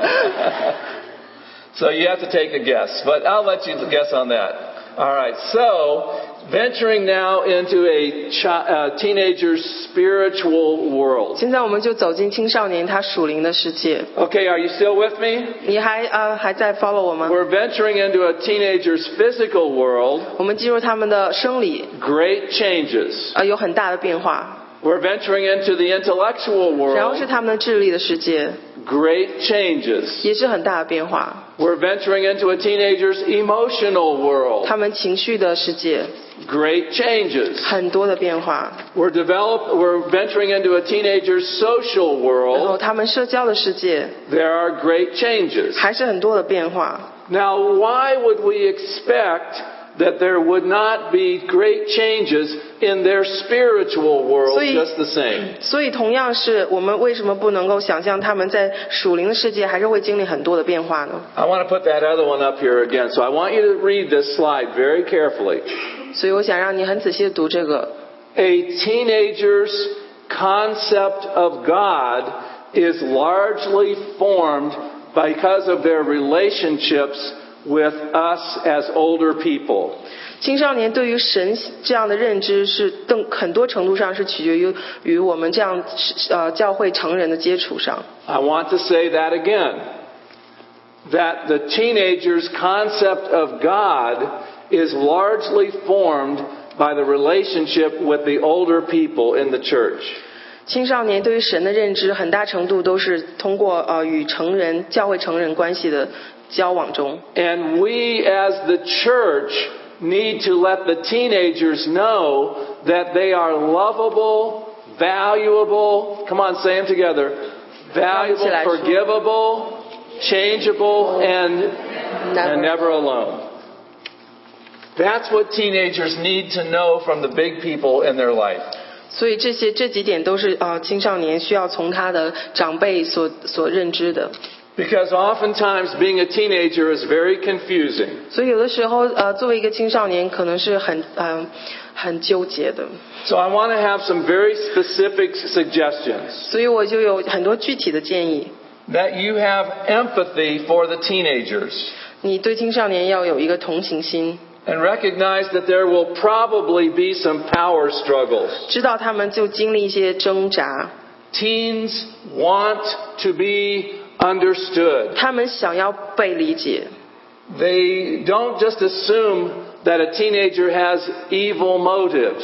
S2: fair. so you have to take a guess, but I'll let you guess on that. All right, so venturing now into a chi- uh, teenager's spiritual world.
S3: 现在我们就走进青少年他属灵的世界。
S2: Okay, are you still with me?
S3: 你还呃还在 follow 我吗？
S2: We're venturing into a teenager's physical world,
S3: 我们进入他们的生理
S2: great changes.
S3: 呃有很大的变化，
S2: We're venturing into the intellectual
S3: 然后是
S2: world,
S3: 他们的智力的世界
S2: great changes.
S3: 也是很大的变化，
S2: We're venturing into a teenager's emotional world,
S3: 他们情绪的世界
S2: great changes.
S3: 很多的变化，
S2: We're develop, we're venturing into a teenager's social
S3: 然后
S2: world.
S3: 他们社交的世界
S2: There are great changes.
S3: 还是很多的变化。
S2: Now, why would we expect that there would not be great changes in their spiritual world
S3: So you-
S2: just the same?
S3: 所以，同样是我们为什么不能够想象他们在属灵的世界还是会经历很多的变化呢？
S2: I want to put that other one up here again. So I want you to read this slide very carefully.
S3: 所以，我想让你很仔细的读这个。
S2: A teenager's concept of God is largely formed because of their relationships with us as older people.
S3: 青少年对于神这样的认知是更很多程度上是取决于与我们这样呃教会成人的接触上。
S2: I want to say that again. That the teenager's concept of God is largely formed by the relationship with the older people in the church.
S3: 青少年对于神的认知很大程度都是通过呃与成人教会成人关系的交往中。
S2: And we as the church need to let the teenagers know that they are lovable, valuable, come on, say them together, valuable,
S3: Come on, Silas.
S2: forgivable, changeable, and,
S3: Never.
S2: and never alone. That's what teenagers need to know from the big people in their life.
S3: 所以这些这几点都是呃青少年需要从他的长辈所所认知的。
S2: Because oftentimes being a teenager is very confusing.
S3: 所以有的时候呃作为一个青少年可能是很嗯、很纠结的。
S2: So I want to have some very specific suggestions.
S3: 所以我就有很多具体的建议，
S2: that you have empathy for the teenagers
S3: 你对青少年要有一个同情心，
S2: and recognize that there will probably be some power struggles.
S3: 知道他们就经历一些挣扎。
S2: Teens want to be understood.
S3: 他们想要被理解，
S2: They don't just assume that a teenager has evil motives.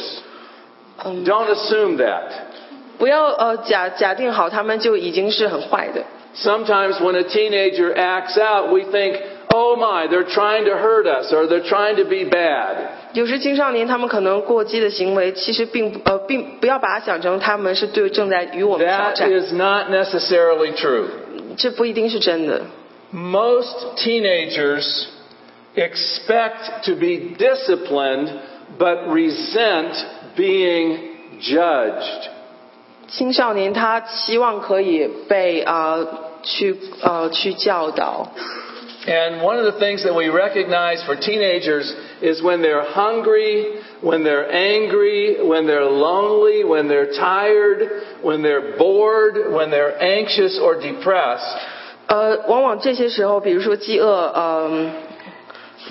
S3: Um,
S2: don't assume that.
S3: 不要呃假假定好他们就已经是很坏的。
S2: Sometimes when a teenager acts out, we think, oh my, they're trying to hurt us or they're trying to be bad.
S3: 有时青少年他们可能过激的行为，其实并不呃并不要把它想成他们是对正在与我们挑
S2: That
S3: 战，
S2: is not necessarily true.
S3: 这不一定是真的。
S2: Most teenagers expect to be disciplined but resent being judged.
S3: 青少年他希望可以被啊、呃去呃去教导，
S2: And one of the things that we recognize for teenagers is when they're hungry, when they're angry, when they're lonely, when they're tired, when they're bored, when they're anxious or depressed,
S3: 呃，往往这些时候，比如说饥饿，嗯、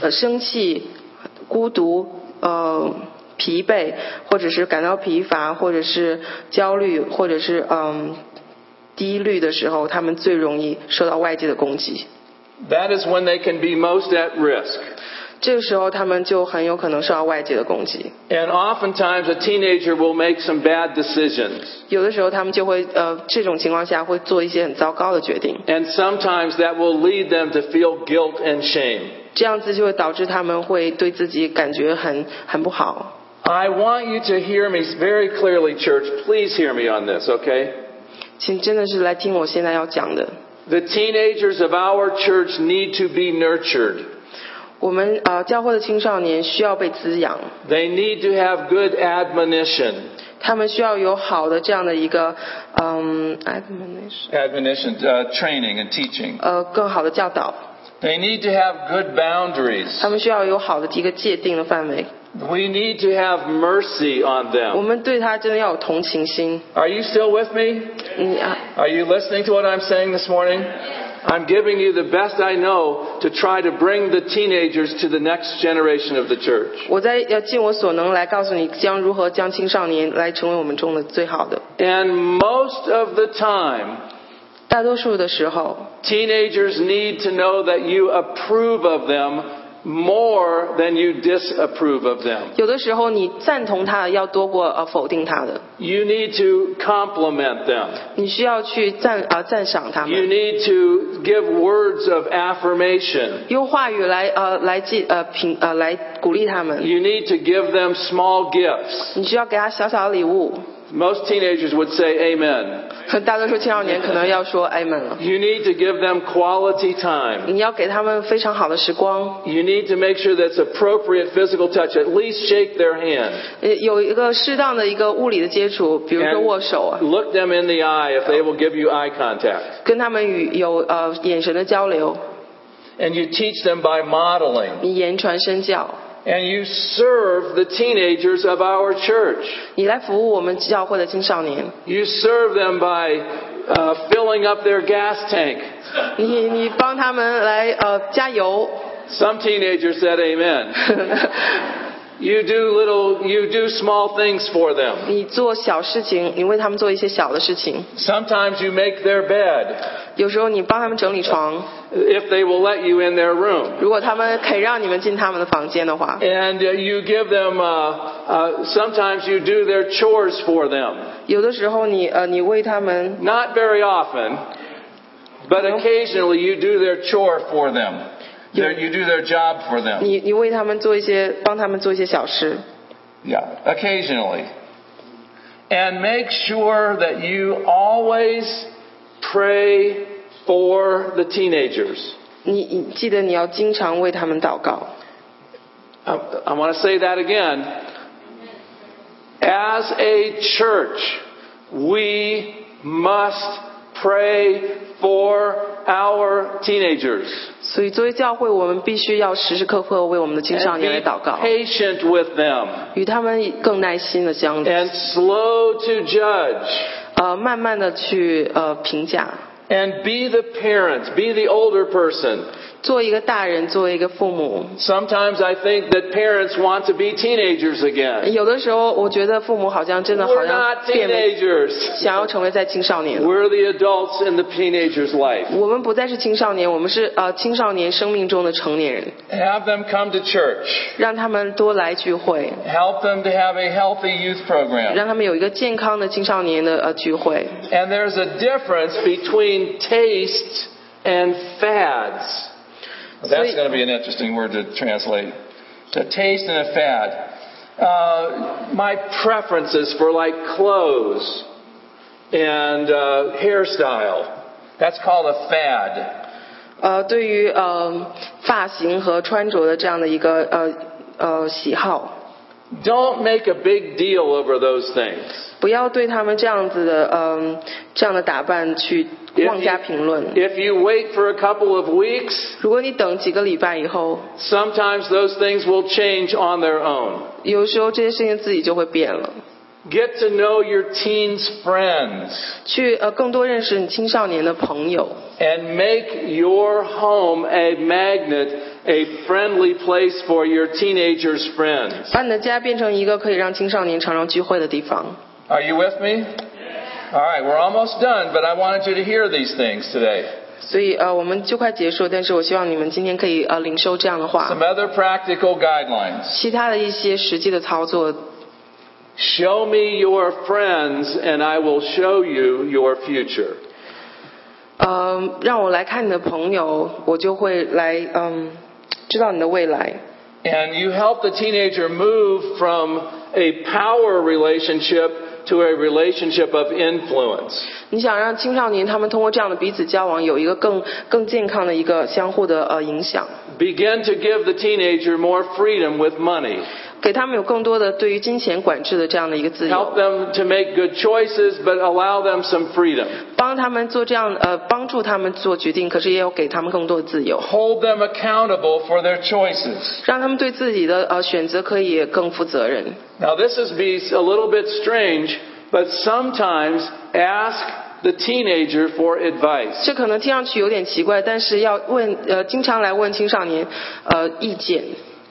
S3: 呃，生气、孤独，呃，疲惫，或者是感到疲乏，或者是焦虑，或者是嗯、低虑的时候，他们最容易受到外界的攻击。
S2: that is when they can be most at risk.
S3: 这个时候，他们就很有可能受到外界的攻击。
S2: And oftentimes a teenager will make some bad decisions.
S3: 有的时候，他们就会呃，这种情况下会做一些很糟糕的决定，
S2: And sometimes that will lead them to feel guilt and shame.
S3: 这样子就会导致他们会对自己感觉很很不好。
S2: I want you to hear me very clearly, church. Please hear me on this, okay?
S3: 请真的是来听我现在要讲的。
S2: The teenagers of our church need to be nurtured.
S3: 我们啊、呃教会的青少年需要被滋养，
S2: They need to have good admonition.
S3: 他们需要有好的这样的一个嗯，admonition，
S2: Admonition, uh, training and teaching.
S3: 呃，更好的教导，
S2: They need to have good boundaries.
S3: 他们需要有好的一个界定的范围。
S2: We need to have mercy on
S3: 我
S2: them.
S3: 们对他真的要有同情心。
S2: Are you still with me?
S3: 你啊，
S2: Are you listening to what I'm saying this morning? I'm giving you the best I know to try to bring the teenagers to the next generation of the church.
S3: 我在要尽我所能来告诉你将如何将青少年来成为我们中的最好的。
S2: And most of the time,
S3: 大多数的时候，
S2: teenagers need to know that you approve of them more than you disapprove of them.
S3: 有的时候你赞同他的要多过呃否定他的，
S2: You need to compliment them.
S3: 你需要去赞啊、赞赏他
S2: You
S3: 们，
S2: need to give words of affirmation.
S3: 用话语来呃来记呃评呃来鼓励他们。
S2: You need to give them small gifts.
S3: 你需要给他小小的礼物。
S2: Most teenagers would say amen.
S3: 大多数青少年可能要说 Amen 了。
S2: You need to give them quality time.
S3: 你要给他们非常好的时光。
S2: You need to make sure that's appropriate physical touch. At least shake their hand.
S3: 呃有一个适当的一个物理的接触，比如说握手啊，
S2: look them in the eye if they will give you eye contact.
S3: 跟他们与有呃眼神的交流，
S2: And you teach them by modeling.
S3: 你言传身教，
S2: And you serve the teenagers of our church.
S3: 你来服务我们教会的青少年，
S2: You serve them by uh, filling up their gas tank.
S3: 你你帮他们来呃加油，
S2: Some teenagers said amen. You do little, you do small things for them.
S3: 你做小事情，你为他们做一些小的事情，
S2: Sometimes you make their bed
S3: 有时候你帮他们整理床，
S2: if they will let you in their room.
S3: 如果他们肯让你们进他们的房间的话，
S2: And uh, you give them, uh, uh, sometimes you do their chores for them.
S3: 有的时候你呃你为他们
S2: Not very often, but occasionally you do their chore for them. Their, you do their job for them.
S3: 你你为他们做一些，帮他们做一些小事，
S2: Yeah, occasionally. And make sure that you always pray for the teenagers.
S3: 你你记得你要经常为他们祷告。
S2: I, I want to say that again. As a church, we must pray for our teenagers
S3: 所以，作为教会，我们必须要时时刻刻为我们的青少
S2: and
S3: 年来
S2: be
S3: 祷告，
S2: patient with them
S3: 与他们更耐心的相处，
S2: and slow to judge.
S3: 呃，慢慢的去呃评价。
S2: And be the parent, be the older person.
S3: 做一个大人，做一个父母，
S2: Sometimes I think that parents want to be teenagers again.
S3: 有的时候我觉得父母好像真的好
S2: We're
S3: 像
S2: not
S3: 变为
S2: teenagers.
S3: 想要成为在青少年了。
S2: We're the adults in the teenager's life.
S3: 我们不再是青少年，我们是呃青少年生命中的成年人，
S2: Have them come to church.
S3: 让他们多来聚会，
S2: Help them to have a healthy youth program.
S3: 让他们有一个健康的青少年的呃聚会。
S2: And there's a difference between taste and fads. That's
S3: Sweet.
S2: going to be an interesting word to translate. A taste and a fad. Uh, my preferences for like clothes and uh, hairstyle. That's called a fad.
S3: 呃，对于呃发型和穿着的这样的一个呃呃喜好，
S2: Don't make a big deal over those things.
S3: 不要对他们这样子的嗯、这样的打扮去
S2: If
S3: 妄加
S2: you-
S3: 评论。
S2: If you wait for a couple of weeks,
S3: 如果你等几个礼拜以后，
S2: sometimes those things will change on their own.
S3: 有时候这些事情自己就会变了。
S2: Get to know your teen's friends
S3: 去呃更多认识你青少年的朋友，
S2: and make your home a magnet, a friendly place for your teenager's friends.
S3: 把你的家变成一个可以让青少年常常聚会的地方。
S2: Are you with me? All right, we're almost done, but I wanted you to hear these things today.
S3: 所以呃，我们就快结束了，但是我希望你们今天可以呃领受这样的话
S2: Some，other practical guidelines.
S3: 其他的一些实际的操作，
S2: Show me your friends and I will show you your future.
S3: 呃，让我来看你的朋友，我就会来嗯知道你的未来。
S2: And you help the teenager move from a power relationship to a relationship of influence.
S3: 你想让青少年他们通过这样的彼此交往，有一个更更健康的一个相互的呃影响，
S2: Begin to give the teenager more freedom with money.
S3: 给他们有更多的对于金钱管制的这样的一个自由。
S2: Help them to make good choices, but allow them some freedom.
S3: 帮他们做这样呃，帮助他们做决定，可是也有给他们更多的自由，
S2: Hold them accountable for their choices.
S3: 让他们对自己的呃选择可以更负责任。
S2: Now, this is be a little bit strange, but sometimes ask the teenager for advice.
S3: 这可能听上去有点奇怪，但是要问呃，经常来问青少年呃意见，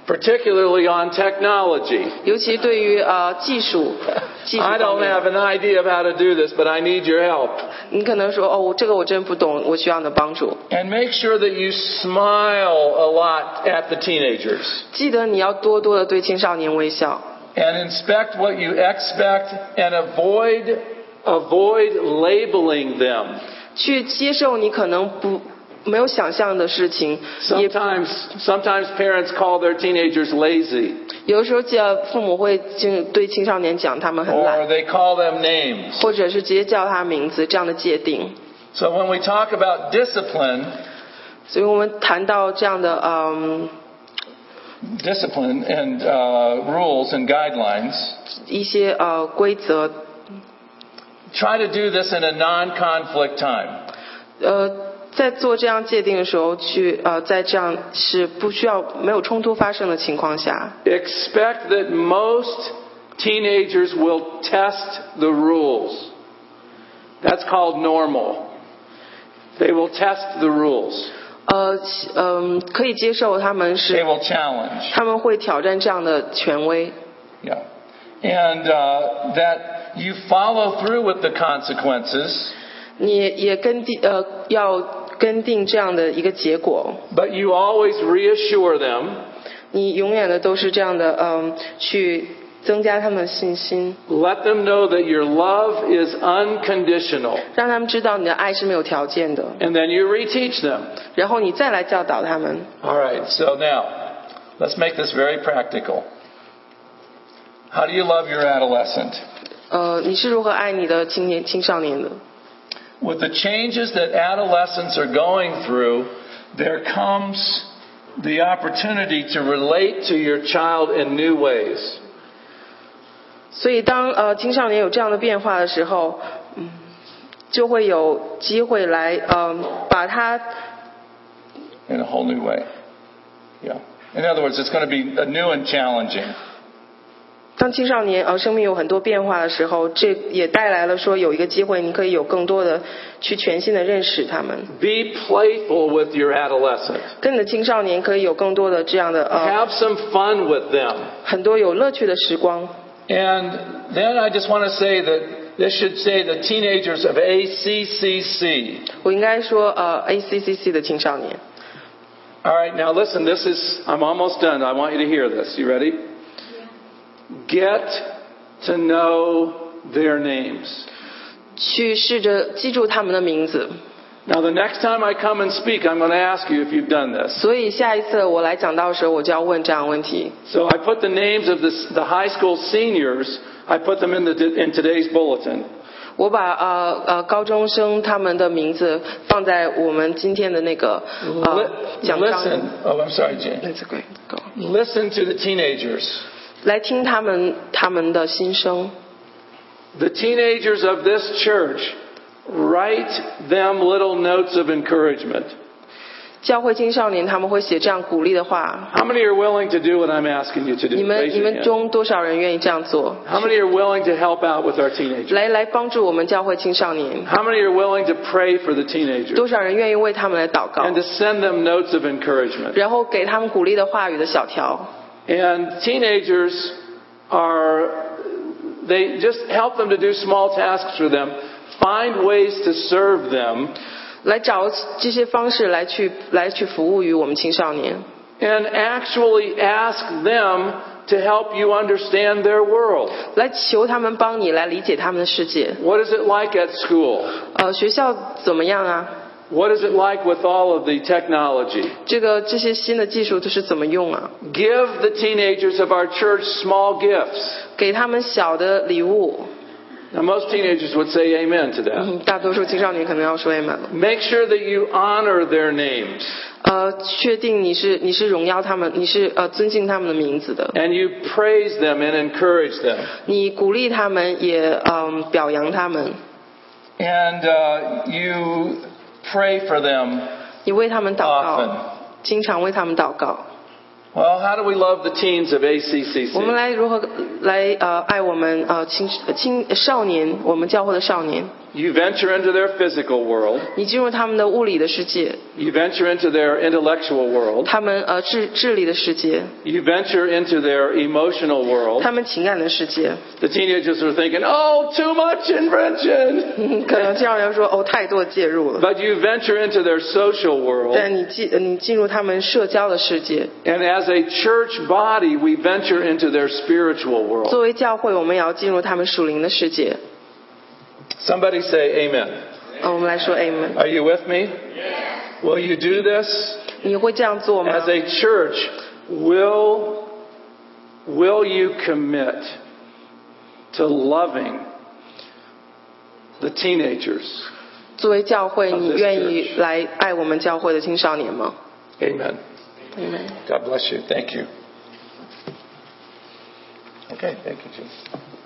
S2: particularly on technology.
S3: 尤其对于呃技 术技术
S2: I
S3: 方
S2: don't
S3: 面，
S2: have an idea of how to do this, but I need your help.
S3: 你可能说哦，我这个我真不懂，我需要你的帮助。
S2: And make sure that you smile a lot at the teenagers
S3: 记得你要多多的对青少年微笑，
S2: and inspect what you expect and avoid avoid labeling them.
S3: 去接受你可能不没有想象的事情，也
S2: Sometimes sometimes parents call their teenagers lazy
S3: 有的时候呃父母会就对青少年讲他们很懒
S2: or。they call them names.
S3: 或者是直接叫他名字这样的界定。
S2: So when we talk about discipline,
S3: 所以我们谈到这样的嗯
S2: discipline and uh, rules and guidelines,
S3: 一些呃规则，
S2: Try to do this in a non conflict time.
S3: 呃在做这样界定的时候去呃在这样是不需要没有冲突发生的情况下，
S2: Expect that most teenagers will test the rules. That's called normal. They will test the rules,
S3: 呃嗯、可以接受他们
S2: they
S3: 是
S2: will challenge.
S3: 他们会挑战这样的权威，
S2: Yeah. And uh, that you follow through with the consequences,
S3: 你也跟定呃要跟定这样的一个结果。
S2: but you always reassure them,
S3: 你永远的都是这样的，嗯、去增加他们的信心，
S2: let them know that your love is unconditional,
S3: 让他们知道你的爱是没有条件的。
S2: and then you reteach them.
S3: 然后你再来教导他们。
S2: All right, so now let's make this very practical. How do you love your adolescent?
S3: 呃，你是如何爱你的青年青少年的？
S2: With the changes that adolescents are going through, there comes the opportunity to relate to your child in new ways.
S3: 所以当呃青少年有这样的变化的时候，嗯，就会有机会来嗯、把他
S2: In a whole new way. Yeah. In other words, it's going to be uh, new and challenging.
S3: 当青少年呃生命有很多变化的时候，这也带来了说有一个机会，你可以有更多的去全新的认识他们，
S2: Be playful with your adolescent.
S3: 跟你的青少年可以有更多的这样的呃
S2: Have some fun with them.
S3: 很多有乐趣的时光。
S4: And then I just want to say that this should say the teenagers of ACCC.
S3: 我应该说呃 A C C C 的青少年。
S2: All right, now listen, this is, I'm almost done. I want you to hear this. You ready? Get to know their names.
S3: 去试着记住他们的名字，
S2: Now, the next time I come and speak, I'm going to ask you if you've done this.
S3: 所以下一次我来讲到的时候，我就要问这样的问题。
S2: So I put the names of the, the high school seniors, I put them in, the, in today's bulletin.
S3: 我把呃呃高中生他们的名字放在我们今天的那个
S2: 嗯
S3: 呃
S4: Li-
S3: 奖章。
S4: listen. Oh, I'm sorry, Jane.
S3: That's great. Go.
S4: Listen to the teenagers.
S3: 来听他们他们的心声。
S2: The teenagers of this church, write them little notes of encouragement.
S3: 教会青少年他们会写这样鼓励的话。
S2: How many are willing to do what I'm asking you to do?
S3: 你
S2: Raise
S3: 们
S2: your
S3: 你们
S2: hand.
S3: 中多少人愿意这样做？
S2: How many are willing to help out with our teenagers?
S3: 来来帮助我们教会青少年，
S2: How many are willing to pray for the teenagers
S3: 多少人愿意为他们来祷告
S2: and，to send them notes of encouragement?
S3: 然后给他们鼓励的话语的小条。
S2: And teenagers are, they just help them to do small tasks for them, find ways to serve them,
S3: 来找这些方式来去来去服务于我们青少年，
S2: and actually ask them to help you understand their world.
S3: 来求他们帮你来理解他们的世界。
S2: What is it like at school?
S3: 呃，学校怎么样啊？
S2: What is it like with all of the technology?
S3: 这个这些新的技术都是怎么用啊？
S2: Give the teenagers of our church small gifts.
S3: 给他们小的礼物。
S2: Now, most teenagers would say amen to that.
S3: 嗯，大多数青少年可能要说 a m n
S4: Mm-hmm.
S2: Make sure that you honor their names
S3: 呃，确定你是你是荣耀他们，你是呃尊敬他们的名字的，
S2: and you praise them and encourage them.
S3: 你鼓励他们，也嗯、表扬他们，
S4: And uh, you pray for them.
S3: 你为他们祷
S4: 啊
S3: 告，经常为他们祷告。
S2: Well, how do we love the teens of
S3: 我
S2: ACCC?
S3: 们来如何来呃爱我们呃青青少年，我们教会的少年，
S2: You venture into their physical world,
S3: 你进入他们的物理的世界，
S2: you venture into their intellectual world,
S3: 他们呃智智力的世界，
S2: you venture into their emotional world.
S3: 他们情感的世界。
S2: The teenagers are thinking, oh, too much invention.
S3: 嗯， 可能青少年说哦太多介入了，
S2: But you venture into their social world,
S3: 但你进呃你进入他们社交的世界。
S2: and as a church body, we venture into their spiritual world.
S3: 作为教会，我们也要进入他们属灵的世界。
S2: Somebody say amen.
S3: 呃，我们来说 Amen。
S2: Are you with me? Will you do this?
S3: 你会这样做吗？
S2: As a church, will, will you commit to loving the teenagers?
S3: 作为教会，
S2: Of this
S3: 你愿意来爱我们教会的青少年吗
S2: Amen.
S3: ？Amen。
S4: God bless you. Thank you. Okay, thank you, Jesus.